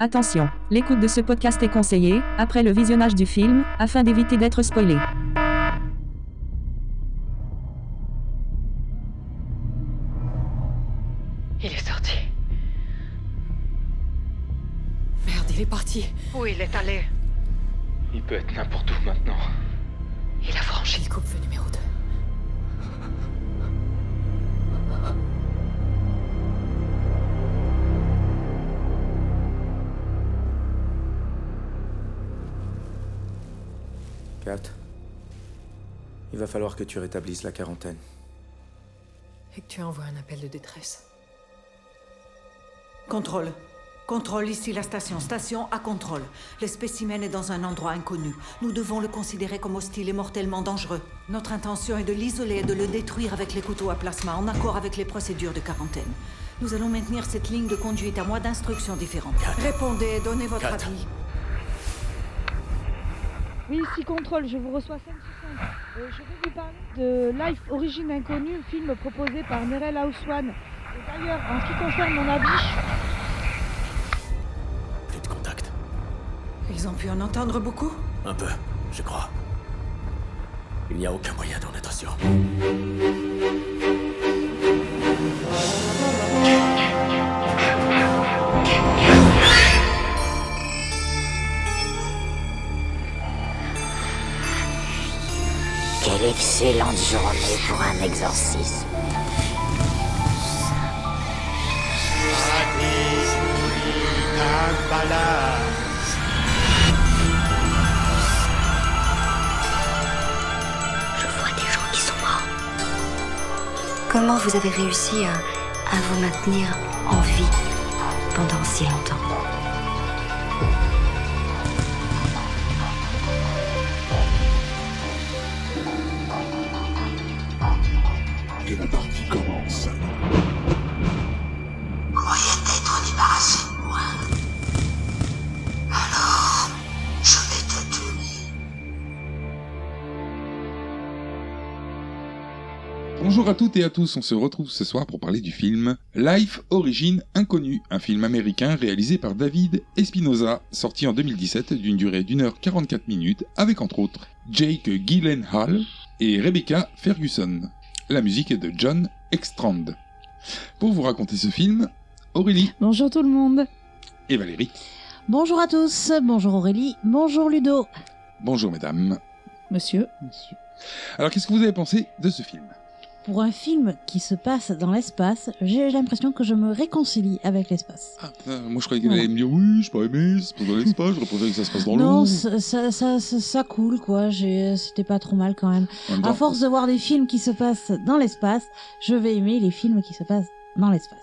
Attention, l'écoute de ce podcast est conseillée, après le visionnage du film, afin d'éviter d'être spoilé. Il est sorti. Merde, il est parti. Où il est allé Il peut être n'importe où maintenant. Il a franchi. Il coupe le numéro 2. Kat, il va falloir que tu rétablisses la quarantaine. Et que tu envoies un appel de détresse. Contrôle. Contrôle, ici la station. Station à contrôle. Le spécimen est dans un endroit inconnu. Nous devons le considérer comme hostile et mortellement dangereux. Notre intention est de l'isoler et de le détruire avec les couteaux à plasma, en accord avec les procédures de quarantaine. Nous allons maintenir cette ligne de conduite à moi d'instructions différentes. Répondez et donnez votre avis. Oui, si contrôle, je vous reçois 5 sur 5. Euh, je vais vous parler de Life Origine Inconnue, film proposé par Nerel Hauswan. Et d'ailleurs, en ce qui concerne mon avis, Plus de contact. Ils ont pu en entendre beaucoup Un peu, je crois. Il n'y a aucun moyen d'en être sûr. Quelle excellente journée pour un exorcisme. Je vois des gens qui sont morts. Comment vous avez réussi à, à vous maintenir en vie pendant si longtemps Et la partie commence. Croyez t'être débarrassé de moi. Alors, je vais te tuer. Bonjour à toutes et à tous, on se retrouve ce soir pour parler du film Life Origine Inconnue, un film américain réalisé par David Espinosa, sorti en 2017 d'une durée d'une heure 44 minutes avec entre autres Jake Gyllenhaal et Rebecca Ferguson. La musique est de John Extrand. Pour vous raconter ce film, Aurélie bonjour tout le monde. et Valérie. Bonjour à tous, bonjour Aurélie, bonjour Ludo. Bonjour mesdames. Monsieur. Alors qu'est-ce que vous avez pensé de ce film Pour un film qui se passe dans l'espace, j'ai l'impression que je me réconcilie avec l'espace. Ah, euh, moi je croyais qu'elle allait me dire oui, j'ai pas aimé, c'est pas dans l'espace, j'aurais préféré que ça se passe dans l'eau. non, ça, ça, ça, ça- ça coule quoi, j'ai- c'était pas trop mal quand même. En même temps, À force de voir des films qui se passent dans l'espace, je vais aimer les films qui se passent dans l'espace.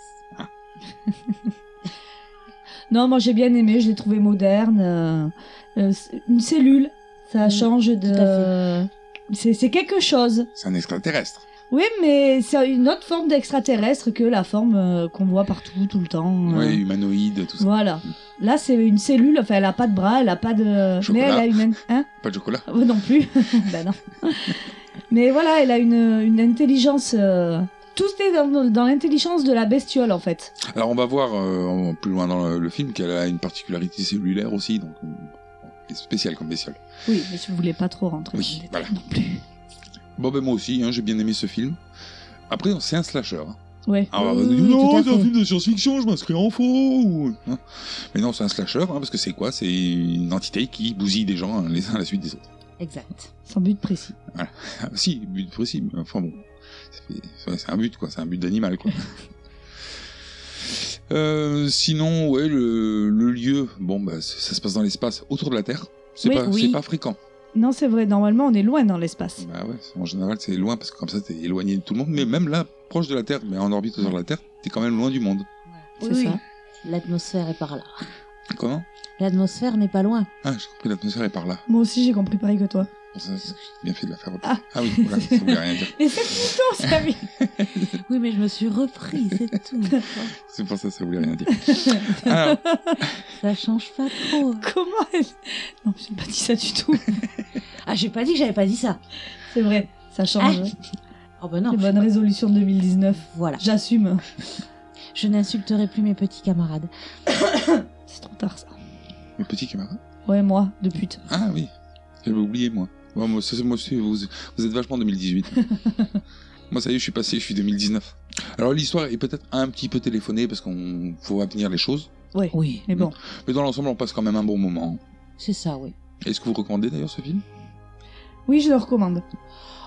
Non, moi j'ai bien aimé, je l'ai trouvé moderne. euh, euh, c'est une cellule, ça change de. C'est c'est quelque chose. C'est un extraterrestre. Oui, mais c'est une autre forme d'extraterrestre que la forme euh, qu'on voit partout, tout le temps. euh, Ouais, humanoïde, tout ça. Voilà. Là, c'est une cellule, enfin, elle a pas de bras, elle a pas de. Chocolat. Mais elle a une. Hein Pas de chocolat. Oh, non plus. ben non. Mais voilà, elle a une, une intelligence. euh, Tout est dans, dans l'intelligence de la bestiole, en fait. Alors on va voir euh, en- plus loin dans le, le film qu'elle a une particularité cellulaire aussi, donc euh, bon, c'est spécial comme bestiole. Oui, mais je voulais pas trop rentrer dans Oui, le détail. voilà. Bon ben moi aussi, hein, j'ai bien aimé ce film. Après c'est un slasher. hein. Ouais. Ah, bah, Oui, oui, oui, tout non, à c'est un fait. film de science-fiction, je m'inscris en faux. ou- hein. Mais non, c'est un slasher, hein, parce que c'est quoi C'est une entité qui bousille des gens hein, les uns à la suite des autres. Exact. Sans but précis. Ah, si, but possible. Enfin bon, ça fait- ouais, c'est un but quoi, c'est un but d'animal quoi. Euh, sinon, ouais, le, le lieu, bon, bah, c- ça se passe dans l'espace, autour de la Terre. C'est Oui, pas, oui. c'est pas fréquent. Non, c'est vrai, normalement on est loin dans l'espace. Bah ouais, c'est- en général, c'est loin parce que comme ça, t'es éloigné de tout le monde. Mais même là, proche de la Terre, mais en orbite autour de la Terre, t'es quand même loin du monde. C'est Oui, ça. oui. L'atmosphère est par là. Comment L'atmosphère n'est pas loin. Ah, j'ai compris, l'atmosphère est par là. Moi aussi j'ai compris pareil que toi. Ça, c'est bien fait de la faire. Ah. Ah oui, voilà, ça voulait rien dire. Et c'est plutôt ça oui. Oui, mais je me suis repris, c'est tout. C'est pour ça, ça voulait rien dire. Alors, Ça change pas trop. Comment elle... Non, j'ai pas dit ça du tout. Ah, j'ai pas dit que j'avais pas dit ça. C'est vrai, ça change. Oh ben non. Les je- bonnes résolutions de 2019. Voilà. J'assume. Je n'insulterai plus mes petits camarades. C'est trop tard ça. Mon petit camarade Ouais, moi, de pute. Ah oui, j'avais oublié moi. Ouais, moi, ça, c'est- moi, c'est- vous, vous êtes vachement 2018. moi ça y est, je suis passé, je suis 2019. Alors l'histoire est peut-être un petit peu téléphonée parce qu'on faut revenir les choses. Ouais. Oui. Mais bon, Mais dans l'ensemble, on passe quand même un bon moment. C'est ça, oui. Est-ce que vous recommandez d'ailleurs ce film oui, je le recommande.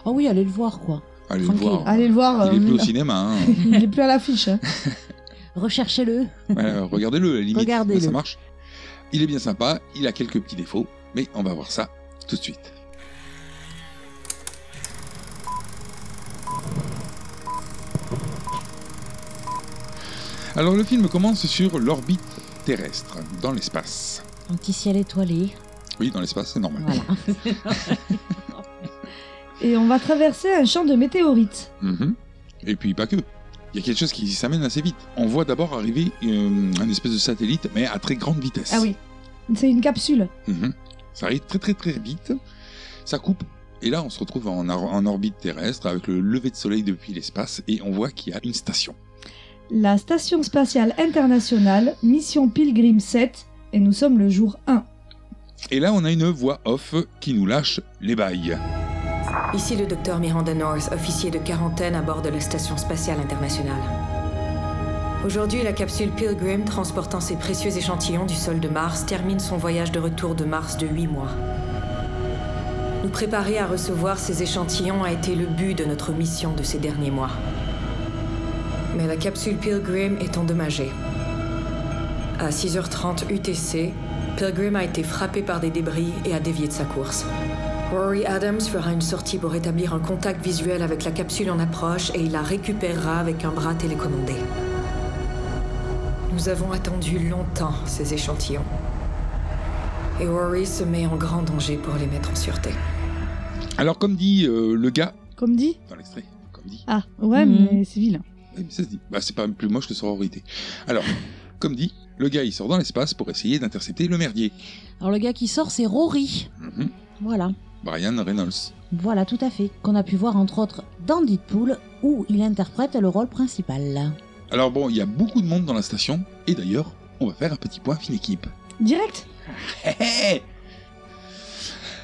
Ah oui, allez le voir, quoi. Allez Tranquille. le voir. Allez le voir. Il est euh, plus au cinéma. hein. Il est plus à l'affiche. hein. Recherchez-le. Ouais, euh, regardez-le, à la limite. Regardez-le. Ça marche. Il est bien sympa, il a quelques petits défauts, mais on va voir ça tout de suite. Alors le film commence sur l'orbite terrestre, dans l'espace. Un petit ciel étoilé. Oui, dans l'espace, c'est normal. Voilà. Et on va traverser un champ de météorites. Mhm. Et puis pas que. Il y a quelque chose qui s'amène assez vite. On voit d'abord arriver euh, un espèce de satellite, mais à très grande vitesse. Ah oui. C'est une capsule. Mhm. Ça arrive très très très vite. Ça coupe. Et là, on se retrouve en, or- en orbite terrestre avec le lever de soleil depuis l'espace et on voit qu'il y a une station. La station spatiale internationale, mission Pilgrim 7, et nous sommes le jour 1. Et là, on a une voix off qui nous lâche les bails. Ici le docteur Miranda North, officier de quarantaine à bord de la Station spatiale internationale. Aujourd'hui, la capsule Pilgrim transportant ces précieux échantillons du sol de Mars termine son voyage de retour de Mars de 8 mois. Nous préparer à recevoir ces échantillons a été le but de notre mission de ces derniers mois. Mais la capsule Pilgrim est endommagée. À 6h30 UTC, Pilgrim a été frappé par des débris et a dévié de sa course. Rory Adams fera une sortie pour établir un contact visuel avec la capsule en approche et il la récupérera avec un bras télécommandé. Nous avons attendu longtemps ces échantillons. Et Rory se met en grand danger pour les mettre en sûreté. Alors, comme dit euh, le gars. Comme dit Dans l'extrait. Comme dit. Ah, ouais, Mhm. mais c'est vilain. Oui, mais ça se dit. Bah, c'est pas plus moche que sororité. Alors, comme dit, le gars, il sort dans l'espace pour essayer d'intercepter le merdier. Alors le gars qui sort, c'est Rory. Mhm. Voilà. Brian Reynolds. Voilà, tout à fait. Qu'on a pu voir entre autres dans Deadpool, où il interprète le rôle principal. Alors, bon, il y a beaucoup de monde dans la station. Et d'ailleurs, on va faire un petit point fin équipe. Direct Hé, hé. Eh,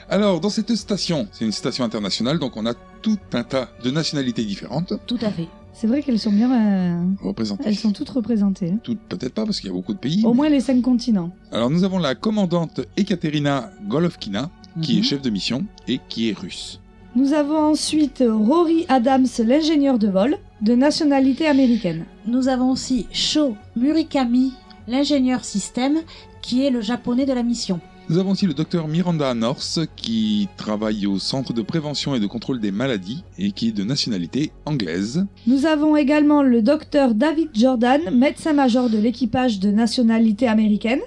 Alors, dans cette station, c'est une station internationale, donc on a tout un tas de nationalités différentes Tout à fait. C'est vrai qu'elles sont bien. euh, représentées. Elles sont toutes représentées. hein. Toutes, peut-être pas, parce qu'il y a beaucoup de pays. Au moins les cinq continents. Alors, nous avons la commandante Ekaterina Golovkina, qui Mhm. est chef de mission et qui est russe. Nous avons ensuite Rory Adams, l'ingénieur de vol, de nationalité américaine. Nous avons aussi Sho Murikami, l'ingénieur système, qui est le japonais de la mission. Nous avons aussi le docteur Miranda Norse, qui travaille au Centre de prévention et de contrôle des maladies et qui est de nationalité anglaise. Nous avons également le docteur David Jordan, médecin-major de l'équipage de nationalité américaine.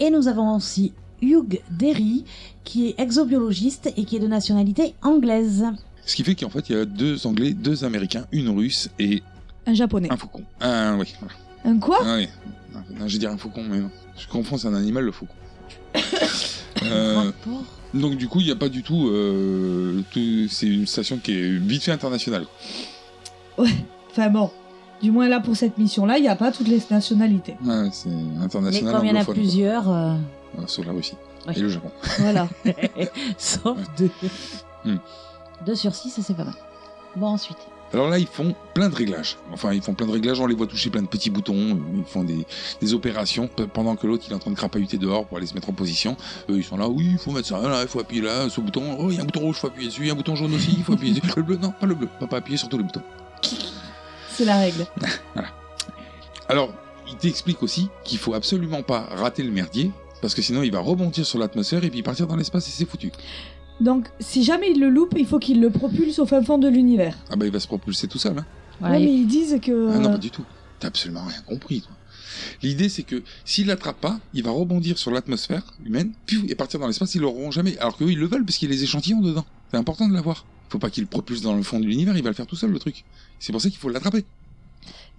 Et nous avons aussi Hugh Derry, qui est exobiologiste et qui est de nationalité anglaise. Ce qui fait qu'en fait, il y a deux Anglais, deux Américains, une Russe et Un japonais. un faucon. Un, oui, voilà. Un quoi Ah oui. Non, je vais dire un faucon, mais non. Je confonds, c'est un animal, le faucon. Euh, donc du coup, il n'y a pas du tout... euh, tout- c'est une station qui est vite fait internationale. Ouais, enfin bon. Du moins là pour cette mission-là, il n'y a pas toutes les nationalités. Ah Ouais, c'est Mais international comme il y en a anglophone, quoi. plusieurs, euh, Voilà, sauf la Russie. Et le Japon. voilà. Sauf deux. Hmm. 2 sur 6, ça c'est pas mal. Bon, ensuite. Alors là, ils font plein de réglages. Enfin, ils font plein de réglages, on les voit toucher plein de petits boutons, ils font des, des opérations p- pendant que l'autre il est en train de crapahuter dehors pour aller se mettre en position. Eux, ils sont là, oui, il faut mettre ça, là, il faut appuyer là, ce bouton, oh, il y a un bouton rouge, il faut appuyer dessus, il y a un bouton jaune aussi, il faut appuyer dessus. Le bleu, non, pas le bleu, pas, pas appuyer sur tous les boutons. C'est la règle. Alors, il t'explique aussi qu'il faut absolument pas rater le merdier, parce que sinon il va rebondir sur l'atmosphère et puis partir dans l'espace et c'est foutu. Donc si jamais il le loupe, il faut qu'il le propulse au fin fond de l'univers. Ah bah il va se propulser tout seul, hein. Ouais, mais ils disent que... Ah non, pas du tout. T'as absolument rien compris, toi. L'idée, c'est que s'il l'attrape pas, il va rebondir sur l'atmosphère humaine, piou, et partir dans l'espace, ils l'auront jamais. Alors qu'eux, ils le veulent, parce qu'il y a les échantillons dedans. C'est important de l'avoir. Faut pas qu'il le propulse dans le fond de l'univers, il va le faire tout seul, le truc. C'est pour ça qu'il faut l'attraper.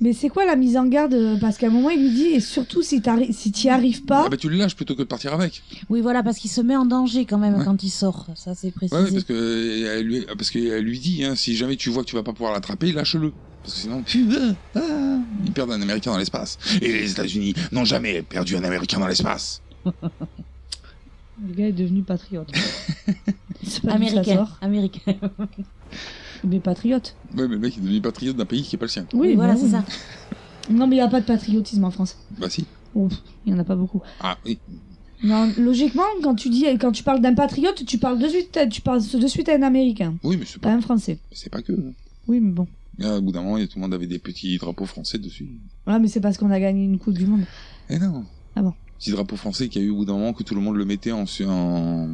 Mais c'est quoi la mise en garde euh, Parce qu'à un moment, il lui dit, et surtout si t'arri- si t'y arrives pas, Ah bah, tu le lâches plutôt que de partir avec. Oui, voilà, parce qu'il se met en danger quand même quand il sort. Ça, c'est précisé. Ouais, ouais, parce que euh, elle lui, parce qu'elle lui dit, hein, si jamais tu vois que tu vas pas pouvoir l'attraper, lâche-le. Parce que sinon, piou, ah, ah, ils perdent un Américain dans l'espace. Et les États-Unis n'ont jamais perdu un Américain dans l'espace. Le gars est devenu patriote. C'est pas d'où ça Américain. sort. Américain. Mais patriote. Ouais, mais le mec est devenu patriote d'un pays qui est pas le sien. Oui, voilà, bah c'est ça. Non, mais il n'y a pas de patriotisme en France. Bah si. Ouf, Oh, il n'y en a pas beaucoup. Ah oui. Non, logiquement, quand tu dis, euh, quand tu parles d'un patriote, tu parles de suite, à- tu parles de suite à un Américain, Oui, mais c'est à pas, un Français. c'est pas que. Oui, mais bon. Là, au bout d'un moment, il y a- tout le monde avait des petits drapeaux français dessus. Ouais, Ah, mais c'est parce qu'on a gagné une Coupe du Monde. Eh non. Ah bon. Petit drapeau français qu'il y a eu au bout d'un moment que tout le monde le mettait en, su- en...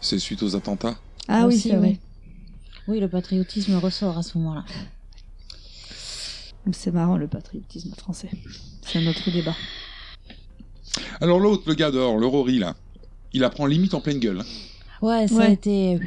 c'est suite aux attentats. Ah oui, Aussi, c'est vrai. oui. Oui, le patriotisme ressort à ce moment-là. C'est marrant le patriotisme français. C'est un autre débat. Alors l'autre, le gars dehors, le Rory là, il apprend limite en pleine gueule. hein. Ouais, ça a été. euh,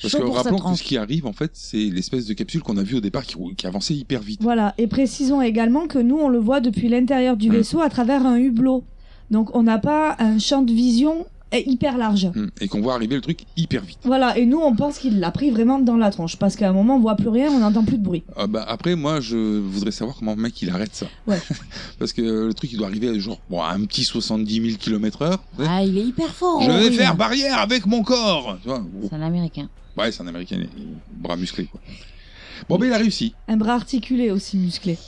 Parce chaud que pour sa rappelons que tranche. ce qui arrive en fait, c'est l'espèce de capsule qu'on a vue au départ qui, rou- qui avançait hyper vite. Voilà, et précisons également que nous, on le voit depuis l'intérieur du vaisseau à travers un hublot. Donc on n'a pas un champ de vision eh, hyper large. Hmm. Et qu'on voit arriver le truc hyper vite. Voilà, et nous, on pense qu'il l'a pris vraiment dans la tronche, parce qu'à un moment, on voit plus rien, on n'entend plus de bruit. Ah bah, après, moi, je voudrais savoir comment le mec il arrête ça. Ouais. Parce que euh, le truc il doit arriver à, genre bon, à un petit 70 000 km/h. Ah, il est hyper fort. Je vais Henri. faire barrière avec mon corps Tu vois, C'est un américain. Ouais, c'est un américain, il est bras musclé quoi. Bon, ben il a réussi. Un bras articulé aussi musclé.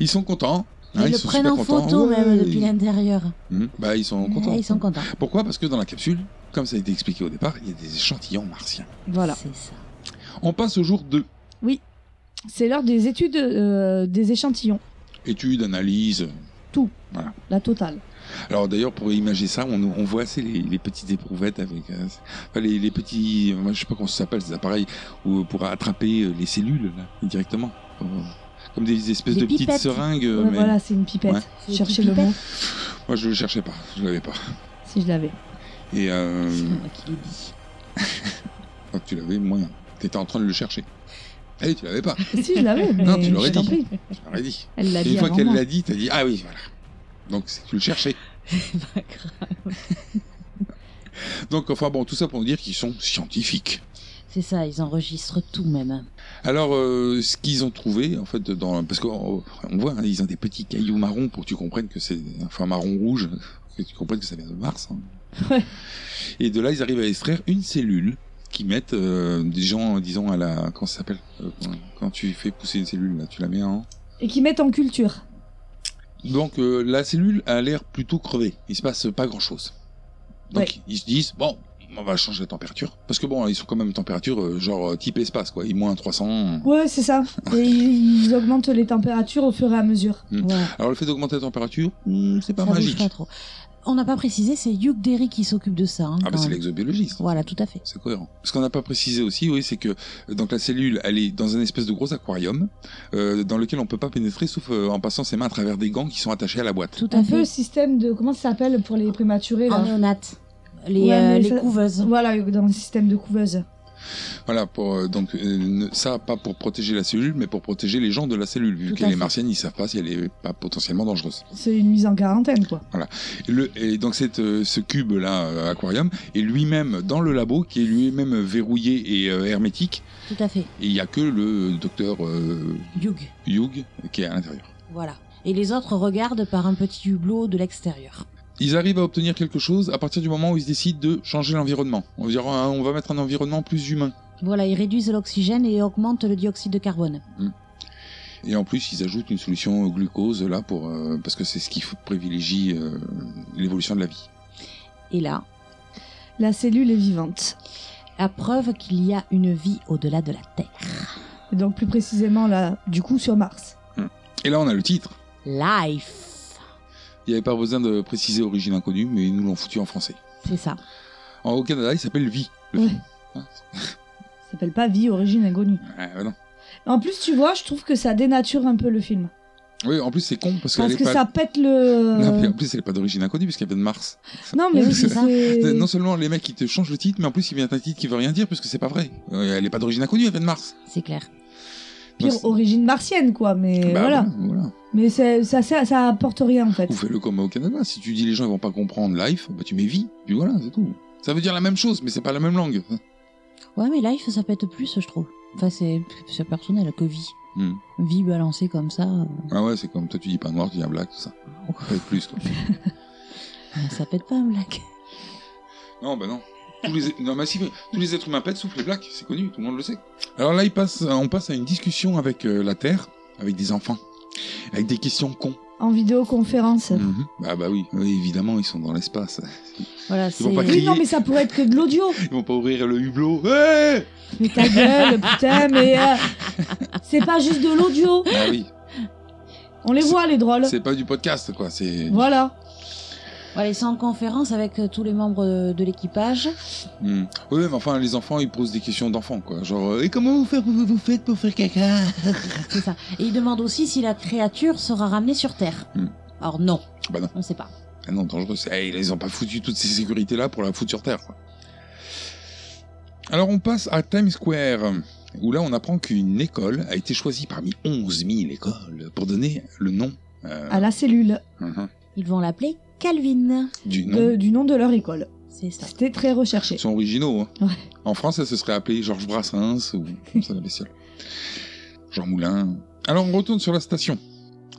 Ils sont contents. ils hein, ils le sont prennent super en contents. photo Ouais, même depuis ils- l'intérieur. Mhm. Bah, ils sont Ah, contents. ils sont contents. Pourquoi Parce que dans la capsule, comme ça a été expliqué au départ, il y a des échantillons martiens. Voilà. C'est ça. On passe au jour 2. Oui, c'est l'heure des études euh, des échantillons. Études, analyses. Tout, Voilà. la totale. Alors d'ailleurs, pour imager ça, on, on voit assez les, les petites éprouvettes avec. euh, enfin, les, les petits. Moi, je sais pas comment ça s'appelle, ces appareils où, pour attraper euh, les cellules, là, directement. Comme, comme des espèces Des de petites pipettes. seringues. euh, Ouais, mais Voilà, c'est une pipette. Ouais. Je Cherchez le mot Moi, je le cherchais pas. Je l'avais pas. si je l'avais. Et. Euh, qui l'ai dit. oh, tu l'avais, moyen. T'étais en train de le chercher. Eh, tu l'avais pas. si je l'avais, mais Non, tu l'aurais je t'en dit. prie. Tu l'aurais dit. Elle l'a Et dit une fois avant qu'elle moi. l'a dit, t'as dit Ah oui, voilà. Donc, c'est que tu le cherchais. Donc, enfin, bon, tout ça pour dire qu'ils sont scientifiques. C'est ça, ils enregistrent tout même. Alors, euh, ce qu'ils ont trouvé, en fait, dans, parce qu'on on voit, hein, ils ont des petits cailloux marrons pour que tu comprennes que c'est, enfin, marron rouge, que tu comprennes que ça vient de Mars. hein. Et de là, ils arrivent à extraire une cellule qui mettent euh, des gens, disons, à la, comment ça s'appelle, Euh, quand- quand tu fais pousser une cellule, là, tu la mets en. Et qui mettent en culture. Donc, euh, la cellule a l'air plutôt crevée. Il se passe pas grand chose. Donc, Ouais. ils se disent, bon, on va changer la température. Parce que bon, ils sont quand même température, euh, genre, euh, type espace, quoi. Et moins 300. Ouais, c'est ça. Et ils ils augmentent les températures au fur et à mesure. Hmm. Ouais. Alors le fait d'augmenter la température, hmm, c'est pas ça bouge magique. pas trop. On n'a pas précisé, c'est Hugh Derry qui s'occupe de ça. hein, Ah bah quand c'est même. l'exobiologiste. Voilà, tout à fait. C'est cohérent. Ce qu'on n'a pas précisé aussi, oui, c'est que euh, donc la cellule, elle est dans un espèce de gros aquarium euh, dans lequel on peut pas pénétrer sauf euh, en passant ses mains à travers des gants qui sont attachés à la boîte. Tout à Un fait. Ah, peu le système de. Comment ça s'appelle pour les prématurés En là néonate. Les, Ouais, euh, mais les ça- couveuses. Voilà, dans le système de couveuse. Voilà, pour, euh, donc euh, ne- ça pas pour protéger la cellule, mais pour protéger les gens de la cellule, vu Tout qu'elle à est fait. martienne, ils savent pas si elle est pas potentiellement dangereuse. C'est une mise en quarantaine, quoi. Et, le, et donc cette, euh, ce cube là, aquarium, est lui-même dans le labo, qui est lui-même verrouillé et euh, hermétique, Tout à fait. et il y a que le docteur euh, Hugh. Hugh qui est à l'intérieur. Voilà. Et les autres regardent par un petit hublot de l'extérieur. Ils arrivent à obtenir quelque chose à partir du moment où ils décident de changer l'environnement. On va dire, ah, on va mettre un environnement plus humain. Voilà, ils réduisent l'oxygène et augmentent le dioxyde de carbone. Et en plus, ils ajoutent une solution euh, glucose là pour euh, parce que c'est ce qui f- privilégie euh, l'évolution de la vie. Et là, La cellule est vivante. la preuve qu'il y a une vie au-delà de la Terre. Et donc, plus précisément, là, du coup, sur Mars. Et là, on a le titre. Life. Il n'y avait pas besoin de préciser origine inconnue, mais ils nous l'ont foutu en français. C'est ça. En, au Canada, il s'appelle Vie. Le Ouais. film. Ça s'appelle pas Vie, Origine Inconnue. Ouais, bah non. En plus, tu vois, je trouve que ça dénature un peu le film. Oui, en plus, c'est con parce, Parce qu'elle que est pas. ça euh, pète le. Non, mais en plus, elle n'est pas d'origine inconnue puisqu'elle vient de Mars. Non, mais Oui, c'est. c'est ça. c'est- Non seulement les mecs ils te changent le titre, mais en plus ils viennent un titre qui veut rien dire puisque c'est pas vrai. Euh, elle n'est pas d'origine inconnue, elle vient de Mars. C'est clair. Pire Donc, c'est- origine martienne, quoi, mais Bah, voilà. voilà. Mais c'est- ça, ça, ça apporte rien, en fait. Ou fais-le comme au Canada. Si tu dis les gens ils vont pas comprendre life, bah tu mets vie. Puis voilà, c'est tout. Ça veut dire la même chose, mais c'est pas la même langue. Ouais, mais life, ça pète plus, je trouve. Enfin, c'est c'est personnel que vie. Hmm. Vie balancée comme ça. euh, Ah ouais, c'est comme toi tu dis pas noir, tu dis un black, tout ça. Pas de plus quoi. ben, Ça pète pas, un blague. Non, bah non. Tous les, non, mais si, mais tous les êtres humains pètent, sauf les blacks, c'est connu, tout le monde le sait. Alors là, il passe, on passe à une discussion avec euh, la Terre, avec des enfants, avec des questions cons. En vidéoconférence. Mhm. Ah bah oui, oui, évidemment, ils sont dans l'espace. Voilà, Ils vont pas Oui, crier, non, mais ça pourrait être que de l'audio. ils vont pas ouvrir le hublot. Hey Mais ta gueule, putain, mais euh, c'est pas juste de l'audio. ah oui, On les voit, les drôles. c'est pas du podcast, quoi. C'est. Voilà. Voilà, ils sont en conférence avec euh, tous les membres de, de l'équipage. Hmm. Oui, mais enfin, les enfants, ils posent des questions d'enfants, quoi. Genre, euh, et comment vous faites, vous, vous faites pour faire caca C'est ça. Et ils demandent aussi si la créature sera ramenée sur Terre. Hmm. Alors non, Bah non, on sait pas. ah non, dangereux. c'est- eh, ils ont pas foutu toutes ces sécurités-là pour la foutre sur Terre, quoi. Alors, on passe à Times Square, où là, on apprend qu'une école a été choisie parmi 11 000 écoles pour donner le nom. euh, À la cellule mhm, Ils vont l'appeler Calvin. du nom. de- du nom de leur école. C'est ça. C'était très recherché. Ils sont originaux. Hein. Ouais. En France, elle se serait appelée Georges Brassens ou comme ça la bestiole. Jean Moulin. Alors on retourne sur la station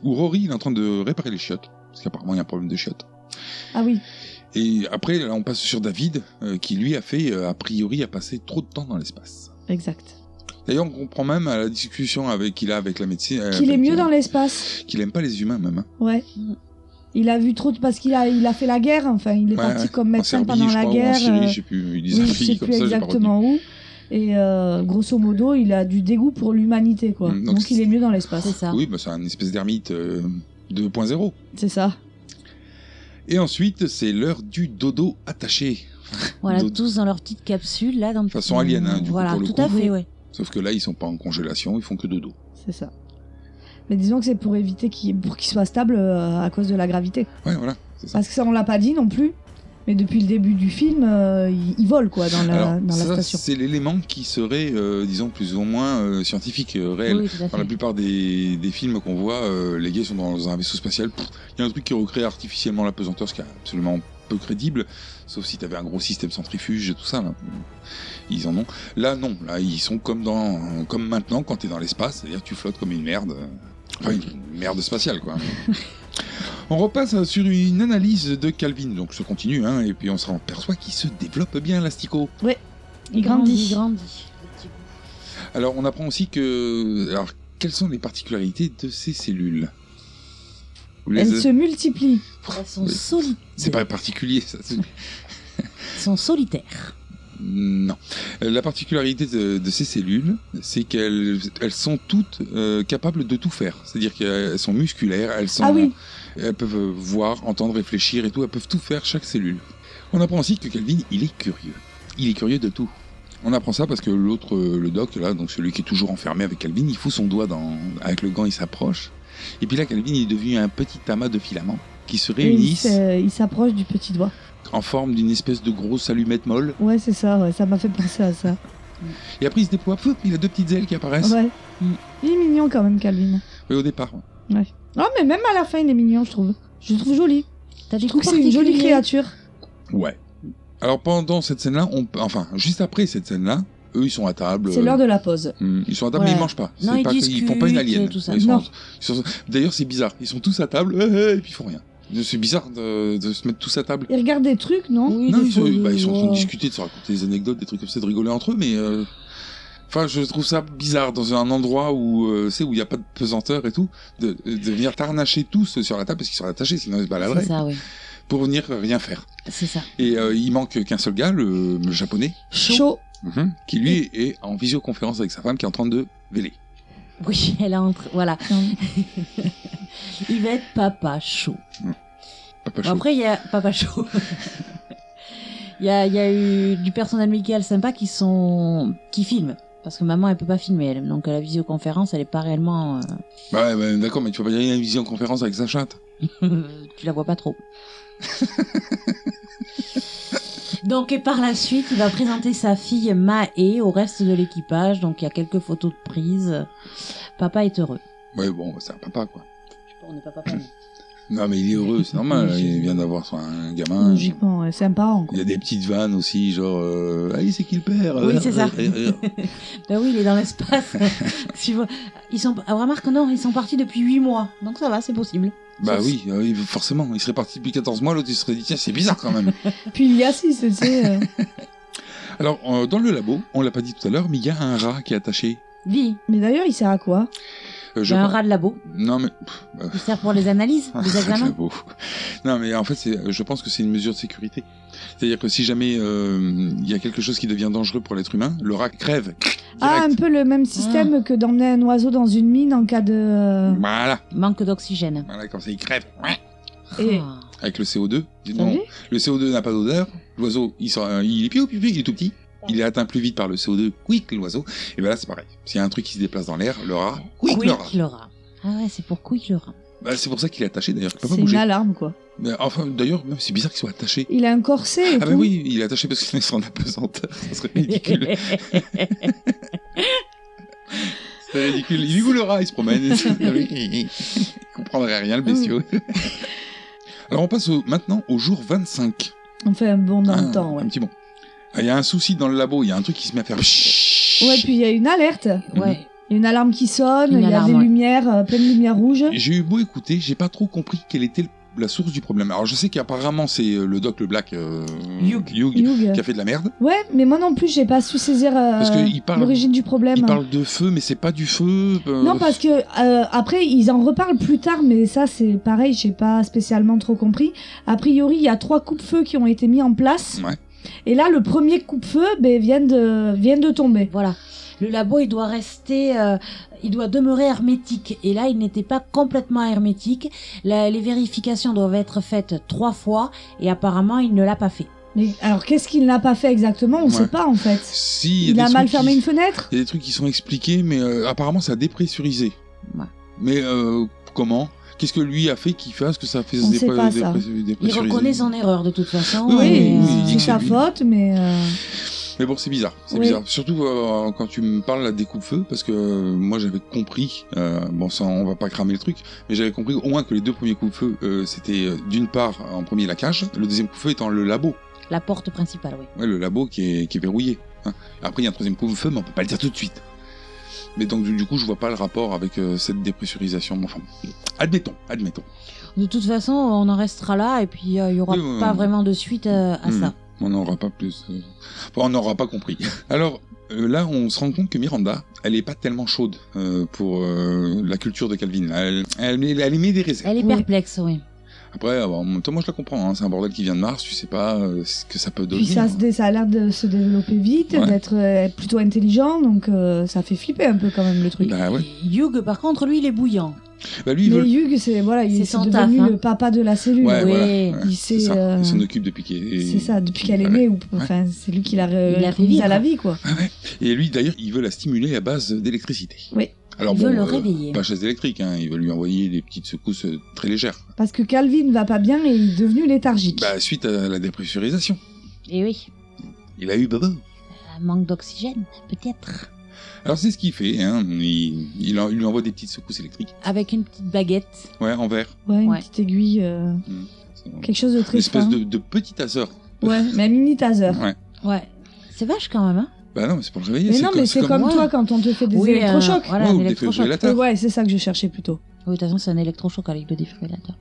où Rory il est en train de réparer les chiottes parce qu'apparemment il y a un problème de chiottes. Ah oui. Et après là on passe sur David euh, qui lui a fait euh, a priori a passé trop de temps dans l'espace. Exact. D'ailleurs on comprend même à la discussion avec qu'il a avec la médecine euh, Qu'il est avec, mieux euh, dans l'espace. qu'il aime pas les humains même. hein. Ouais. Il a vu trop de... parce qu'il a, il a fait la guerre. Enfin, il est Ouais, parti ouais. comme En médecin Serbie, pendant je la crois, ou guerre. En euh, Syrie, je sais plus, il disait un oui, je pays sais comme plus ça, j'ai pas exactement où. Et euh, grosso modo, il a du dégoût pour l'humanité, quoi. Mm, donc donc, il est mieux dans l'espace. C'est ça. retenu. Oui, bah, c'est un espèce d'ermite euh, 2.0. C'est ça. Et ensuite, c'est l'heure du dodo attaché. Voilà, Dodo. tous dans leur petite capsule là, dans le Façon alien, hein, du coup, Voilà, pour le tout coup. à fait, ouais. Sauf que là, ils sont pas en congélation, ils font que dodo. C'est ça. Mais disons que c'est pour éviter qu'il pour qu'il soit stable euh, à cause de la gravité. Ouais, voilà, c'est ça. Parce que ça, on l'a pas dit non plus. Mais depuis le début du film, euh, il, il vole quoi dans la, Alors, dans la ça, station. c'est l'élément qui serait, euh, disons, plus ou moins euh, scientifique, euh, réel. Oui, tout à Dans la fait. plupart des, des films qu'on voit, euh, les gars sont dans un vaisseau spatial. pff, Il y a un truc qui recrée artificiellement la pesanteur, ce qui est absolument peu crédible. Sauf si t'avais un gros système centrifuge et tout ça. Là. Ils en ont. Là, non. Là, ils sont comme, dans, comme maintenant quand t'es dans l'espace. C'est-à-dire tu flottes comme une merde. euh, Enfin, une merde spatiale, quoi. On repasse euh, sur une analyse de Calvin, donc je continue, hein, et puis on se perçoit qu'il se développe bien, l'astico. Il grandit. Il grandit. le petit bout. Alors, on apprend aussi que. Alors, quelles sont les particularités de ces cellules Vous les- Elle se multiplie. Elles sont, Oui. soli- C'est pas particulier, ça. c'est- elles sont solitaires. Non. Euh, La particularité de, de ces cellules, c'est qu'elles elles sont toutes euh, capables de tout faire. C'est-à-dire qu'elles sont musculaires, elles sont. Ah oui. Elles peuvent euh, voir, entendre, réfléchir et tout. Elles peuvent tout faire, chaque cellule. On apprend aussi que Calvin, il est curieux. Il est curieux de tout. On apprend ça parce que l'autre, euh, le doc, là, donc celui qui est toujours enfermé avec Calvin, il fout son doigt dans, avec le gant, il s'approche. Et puis là, Calvin est devenu un petit amas de filaments qui se Et il réunissent s'est- il s'approche du petit doigt. en forme d'une espèce de grosse allumette molle. Ouais, c'est ça, ouais, ça m'a fait penser à ça. Et après, il se déploie, pouf, il a deux petites ailes qui apparaissent. Ouais. Il est mignon quand même, Calvin. Oui, au départ. ouais. Non, mais même à la fin, il est mignon, je trouve. Je le trouve joli. T'as des Je trouve que goûts c'est une jolie particuliers. créature. Ouais. Alors pendant cette scène-là, on... enfin juste après cette scène-là, eux ils sont à table. C'est l'heure de la pause. Hmm, Ils sont à table, Ouais. mais ils mangent pas. Non, C'est ils pas que- ils font pas une discutent, alien. tout ça. Ils sont- Non. ils sont- D'ailleurs, c'est bizarre. Ils sont tous à table euh, euh, et puis ils font rien. C'est bizarre de, de se mettre tous à table. Il regarde des euh, trucs, non Oui, non, des ils sont, fois, bah, ils sont en train de voient- discuter, de se raconter des anecdotes, des trucs comme ça, de rigoler entre eux, mais. euh, Enfin, je trouve ça bizarre dans un endroit où, euh, c'est où il n'y a pas de pesanteur et tout, de, de venir tarnacher tous sur la table parce qu'ils sont attachés, sinon ils se baladeraient, C'est ça, oui. pour venir rien faire. C'est ça. Et euh, il manque qu'un seul gars, le, le japonais, Chaud. qui lui est en visioconférence avec sa femme qui est en train de véler. Oui, elle entre. Voilà. il va être papa chaud. Papa Bon, chaud. après, il y a papa chaud. Il y a, il y a eu du personnel médical sympa qui sont qui filment. Parce que maman, elle peut pas filmer, elle. Donc, à la visioconférence, elle est pas réellement. euh, Bah ouais, bah, d'accord, mais tu vas pas dire il y a une visioconférence avec sa chatte. euh, tu la vois pas trop. donc, et par la suite, il va présenter sa fille Mae au reste de l'équipage. Donc, il y a quelques photos de prise. Papa est heureux. Ouais, bon, c'est un papa, quoi. Je sais pas, on n'est pas papa. mais- Non, mais il est heureux, c'est normal. Il vient d'avoir son- un gamin. Logiquement, ouais, c'est un parent. Il y a des petites vannes aussi, genre. Euh, Allez, c'est qui le père Oui, c'est ça. Euh, euh, euh. ben oui, il est dans l'espace. Si vous- ils sont, ah, remarque, non, ils sont partis depuis 8 mois. Donc ça va, c'est possible. Bah oui, euh, oui, forcément. Il serait parti depuis 14 mois, l'autre il serait dit tiens, c'est bizarre quand même. Puis il y a si, c'est- c'est. euh, Alors, euh, dans le labo, on l'a pas dit tout à l'heure, mais il y a un rat qui est attaché. Vie. Mais d'ailleurs, il sert à quoi Euh, Il y a un pense- rat de labo. Non, mais. pff, bah, Il sert pour les analyses, Ah, les examens. J'avoue. Non, mais en fait, c'est- je pense que c'est une mesure de sécurité. C'est-à-dire que si jamais euh, il y a quelque chose qui devient dangereux pour l'être humain, le rat crève. Ah, un peu le même système Ah. que d'emmener un oiseau dans une mine en cas de. Voilà. Manque d'oxygène. Ah. Voilà, comme ça, il crève. Et... Avec le CO2. Dis T'as donc, vu le CO2 n'a pas d'odeur. L'oiseau, il, sort- euh, il est piou, piou, piou, il est tout petit. Il est atteint plus vite par le CO2, quick l'oiseau. Et ben là, c'est pareil. S'il y a un truc qui se déplace dans l'air, le rat, quick, le rat. le rat. Ah ouais, c'est pour quick le rat. Bah, c'est pour ça qu'il est attaché d'ailleurs, il peut pas C'est une bouger. alarme, quoi. Mais Enfin, d'ailleurs, même, c'est bizarre qu'il soit attaché. Il a un corset et Ah tout. bah oui, il est attaché parce qu'il est en apesanteur. Ce serait ridicule. C'est ridicule. Il est où le rat Il se promène. il comprendrait rien, le bestiau. Alors on passe au- maintenant au jour 25. On fait un bond dans le temps, ouais. Ah, Un petit bon. Ah, Il y a un souci dans le labo, il y a un truc qui se met à faire... Ouais, puis il y a une alerte. Ouais. Il y a une alarme qui sonne, Une il y a alarme, des ouais. lumières, euh, plein de lumières rouges. J'ai eu beau écouter, j'ai pas trop compris quelle était le- la source du problème. Alors je sais qu'apparemment c'est euh, le doc le black euh, Hugh, Hugh. qui a fait de la merde. Ouais, mais moi non plus, j'ai pas su saisir euh, Parce que il parle- l'origine du problème. Il parle de feu mais c'est pas du feu. euh, Non, parce que euh, après, ils en reparlent plus tard, mais ça, c'est pareil, j'ai pas spécialement trop compris. A priori, il y a trois coupe-feu qui ont été mis en place. Ouais. Et là, le premier coupe-feu ben, vient, de, vient de tomber. Voilà. Le labo, il doit rester, euh, il doit demeurer hermétique. Et là, il n'était pas complètement hermétique. La- les vérifications doivent être faites trois fois, et apparemment, il ne l'a pas fait. Mais alors, qu'est-ce qu'il n'a pas fait exactement On Ouais. sait pas, en fait. Si, y il des a mal trucs fermé qui- une fenêtre Il y a des trucs qui sont expliqués, mais euh, apparemment ça a dépressurisé. Mais euh, comment Qu'est-ce que lui a fait qu'il fasse que ça a fait On sait dépre- pas, ça. dépressuriser Il reconnaît son erreur, de toute façon. Oui, et, oui, euh, il dit que C'est sa lui. faute, mais. euh, Mais bon, c'est bizarre. C'est Oui. bizarre. Surtout euh, quand tu me parles là, des coupe-feu, parce que euh, moi j'avais compris. euh, bon, ça, on va pas cramer le truc, mais j'avais compris au moins que les deux premiers coupe-feu, euh, c'était euh, d'une part en premier la cage, le deuxième coup-feu étant le labo. La porte principale, oui. Ouais, le labo qui est, qui est verrouillé. hein. Après, il y a un troisième coup-feu, mais on peut pas le dire tout de suite. Mais donc, du du coup, je vois pas le rapport avec euh, cette dépressurisation. mais Enfin, admettons, admettons. De toute façon, on en restera là, et puis euh, il y aura Oui, oui, pas oui. vraiment de suite euh, Ah, à Hmm. ça. On n'aura pas plus. euh, enfin, on n'aura pas compris. Alors euh, là, on se rend compte que Miranda, elle est pas tellement chaude euh, pour euh, la culture de Calvin. Elle, elle, elle, elle émet des réserves. Elle est perplexe, oui. Après, euh, en même temps, moi je la comprends. hein, C'est un bordel qui vient de Mars. Tu sais pas euh, ce que ça peut donner. hein. Puis ça, se dé- ça a l'air de se développer vite, Ouais. d'être euh, plutôt intelligent, donc euh, ça fait flipper un peu quand même le truc. Bah ouais. Hugh, par contre, lui, il est bouillant. Bah lui, il veut Mais Hugh, c'est voilà, il C'est est son devenu taf, hein. le papa de la cellule. Ouais, voilà, ouais, Il c'est s'est, ça. euh, Il s'en occupe depuis qu'il est... c'est ça, depuis qu'elle est née, ou enfin, c'est lui qui l'a Il l'a fait remis vivre. à la vie, quoi. Et lui, d'ailleurs, il veut la stimuler à base d'électricité. Oui. Alors Il bon, euh, veut le réveiller. Pas chaise électrique, hein, il veut lui envoyer des petites secousses euh, très légères. Parce que Calvin va pas bien et il est devenu léthargique. Bah, suite à la dépressurisation. Et Eh oui, Il a eu baba. un manque d'oxygène, peut-être. Alors c'est ce qu'il fait, hein. il, il en- il lui envoie des petites secousses électriques. Avec une petite baguette. Ouais, en verre. Ouais, une petite aiguille, euh, quelque chose de Une très espèce fin. de, de petit taser. Ouais, mais un mini taser. Ouais. Ouais. C'est vache quand même, hein Bah non, mais c'est pour le réveiller. Mais non, mais c'est comme, Ouais. toi quand on te fait des Oui, euh, électrochocs. voilà, Oh, Ouais, un ou des électrochoc. défibrillateur. Ouais, c'est ça que je cherchais plutôt. Oui, de toute façon, c'est un électrochoc avec le défibrillateur.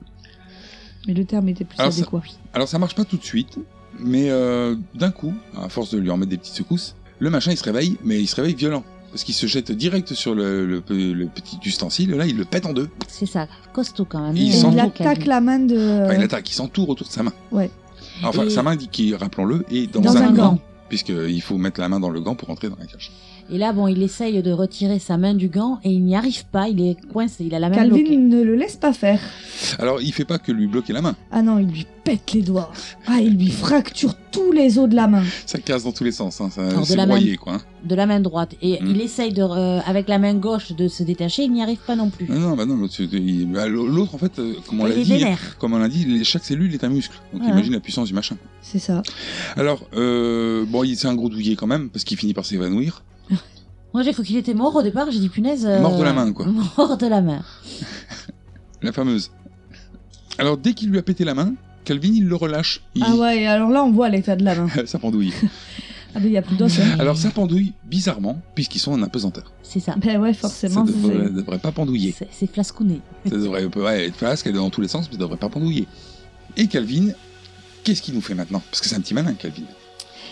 Mais le terme était plus Alors Ah, ça, adéquat. alors ça marche pas tout de suite, mais euh, d'un coup, à force de lui en mettre des petites secousses, le machin il se réveille, mais il se réveille violent. Parce qu'il se jette direct sur le, le pe- le petit ustensile, là il le pète en deux. C'est ça, costaud quand même. Il hein, s'en euh, fout. Il Donc, attaque la main de. Enfin, il attaque, il s'entoure autour de sa main. Ouais. Enfin, Et- sa main, dit qui, rappelons-le, est dans, Dans un gant. Puisqu'il faut mettre la main dans le gant pour entrer dans la cage. Et là, bon, il essaye de retirer sa main du gant et il n'y arrive pas, il est coincé, il a la main Calvin bloquée. ne le laisse pas faire. Alors, il fait pas que lui bloquer la main. Ah non, il lui pète les doigts. Ah, il lui fracture tous les os de la main. Ça casse dans tous les sens. Hein. Ça- Alors, de C'est la broyé, main- quoi. hein. De la main droite. Et Mm. il essaye de, re- avec la main gauche de se détacher, il n'y arrive pas non plus. Non, non, bah non, l'autre, c'est- il- bah, l'autre, en fait, euh, comme on Il l'a est dit, vénère. hein, comme on l'a dit, les- chaque cellule est un muscle. Donc, Voilà. imagine la puissance du machin. C'est ça. Alors, euh, bon, il- c'est un gros douillet quand même, parce qu'il finit par s'évanouir. Moi, j'ai cru qu'il était mort au départ, j'ai dit punaise. euh, Mort de la main, quoi. Mort de la main. La fameuse. Alors dès qu'il lui a pété la main, Calvin il le relâche. Il- Ah ouais, et alors là, on voit l'état de la main. ça pendouille. Ah ben, il n'y a plus d'os. hein. Alors ça pendouille bizarrement puisqu'ils sont en apesanteur. C'est ça. Ben ouais, Ça forcément. devrait, c'est- devrait pas pendouiller. C'est flascouné. Ça devrait ouais, être flasque, elle est dans tous les sens, mais ça devrait pas pendouiller. Et Calvin, qu'est-ce qu'il nous fait maintenant Parce que c'est un petit malin, Calvin.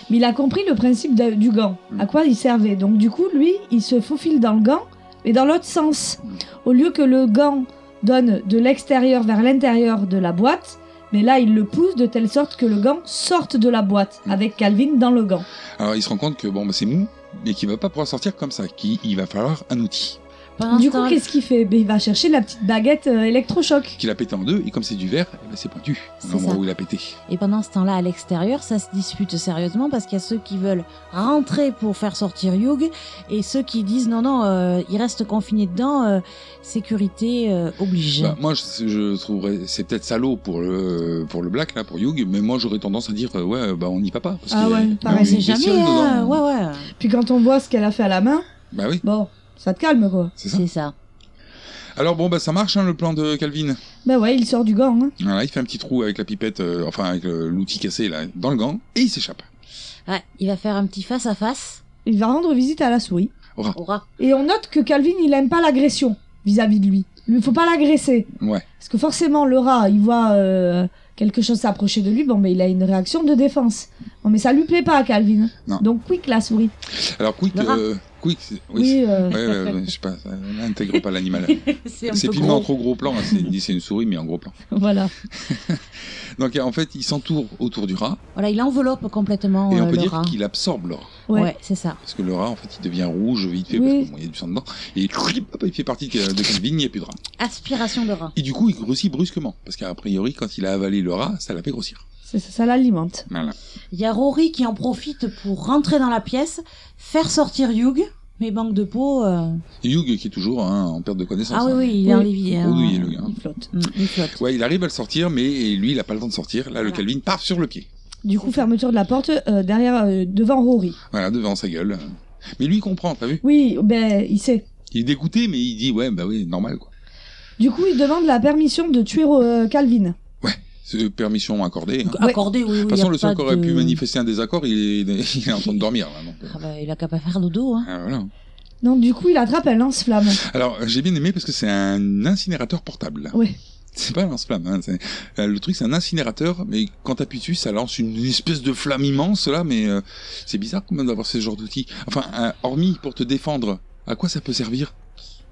Mais il a compris le principe d'a- du gant, à quoi il servait. Donc du coup, lui, il se faufile dans le gant, mais dans l'autre sens. Au lieu que le gant donne de l'extérieur vers l'intérieur de la boîte, mais là, il le pousse de telle sorte que le gant sorte de la boîte, avec Calvin dans le gant. Alors il se rend compte que bon, bah, c'est mou, mais qu'il va pas pouvoir sortir comme ça, qu'il il va falloir un outil. Ah, du coup, qu'est-ce qu'il fait Ben, Il va chercher la petite baguette euh, électrochoc. Qu'il a pété en deux, et comme c'est du verre, eh ben, c'est pointu. C'est L'endroit ça. où il a pété. Et pendant ce temps-là, à l'extérieur, ça se dispute sérieusement parce qu'il y a ceux qui veulent rentrer pour faire sortir Hugh et ceux qui disent non, non, euh, il reste confiné dedans, euh, sécurité euh, oblige. Bah, moi, je, je trouverais, c'est peut-être salaud pour le pour le black là, pour Hugh, mais moi j'aurais tendance à dire euh, ouais, bah on n'y va pas. Parce Ah qu'il y a- ouais, il y a pareil. une C'est bestiole jamais, dedans. hein, ouais, euh, ouais. Puis quand on voit ce qu'elle a fait à la main, Bah oui. bon, ça te calme quoi. C'est ça. ça. Alors bon, bah ça marche hein, le plan de Calvin. Ben ouais, il sort du gant. hein. Voilà, il fait un petit trou avec la pipette, euh, enfin avec euh, l'outil cassé là, dans le gant, et il s'échappe. Ouais, il va faire un petit face-à-face. Il va rendre visite à la souris. Au revoir. au rat. Et on note que Calvin, il aime pas l'agression vis-à-vis de lui. Il faut pas l'agresser. Ouais. Parce que forcément, le rat, il voit euh, quelque chose s'approcher de lui, bon, mais il a une réaction de défense. Non, mais ça lui plaît pas à Calvin. Non. Donc, quick, la souris. Alors quick, Le rat. euh, quick, c'est- oui, Oui, c'est- euh. ouais, ouais, ouais, je sais pas, ça n'intègre pas l'animal. C'est un C'est peu filmé en gros. trop gros plan, hein, c'est c'est une souris mais en gros plan. Voilà. Donc en fait, il s'entoure autour du rat, Voilà, il enveloppe complètement et euh, on peut le dire rat. qu'il absorbe l'or. Ouais, c'est ça. Parce que le rat, en fait, il devient rouge vite fait, parce qu'il y a du sang dedans. Et hop, il fait partie de de Calvin, il n'y a plus de rat. Aspiration de rat. Et du coup, il grossit brusquement, parce qu'a priori, quand il a avalé le rat, ça l'a fait grossir. C'est ça, ça l'alimente. Voilà. Il y a Rory qui en profite pour rentrer dans la pièce, faire sortir Hugh, mais banque de peau. euh, Hugh, qui est toujours hein, en perte de connaissance. Ah oui, hein. oui, il est en Olivier, hein. Bredouille, le gars. Il flotte. mm, il flotte. Ouais, il arrive à le sortir, mais lui, il n'a pas le temps de sortir. Là, le Calvin part sur le pied. Du coup, fermeture de la porte euh, derrière, euh, devant Rory. Voilà, devant sa gueule. Mais lui, il comprend, t'as vu Oui, ben, il sait. Il est dégoûté, mais il dit, ouais, bah oui, normal, quoi. Du coup, il demande la permission de tuer euh, Calvin. C'est permission accordée. hein. Accordé, oui, oui. De toute y a façon, le seul pas qui aurait de- pu manifester un désaccord, il est, il est en train de dormir, là. Donc, euh, Ah bah, il a qu'à pas faire dodo, hein. ah, voilà. Non, du coup, il attrape un lance-flamme. Alors, j'ai bien aimé parce que c'est un incinérateur portable. Ouais. C'est pas un lance-flamme. hein, c'est- euh, le truc, c'est un incinérateur, mais quand t'appuies dessus, ça lance une espèce de flamme immense, là, mais euh, c'est bizarre quand même d'avoir ce genre d'outil. Enfin, euh, hormis pour te défendre, à quoi ça peut servir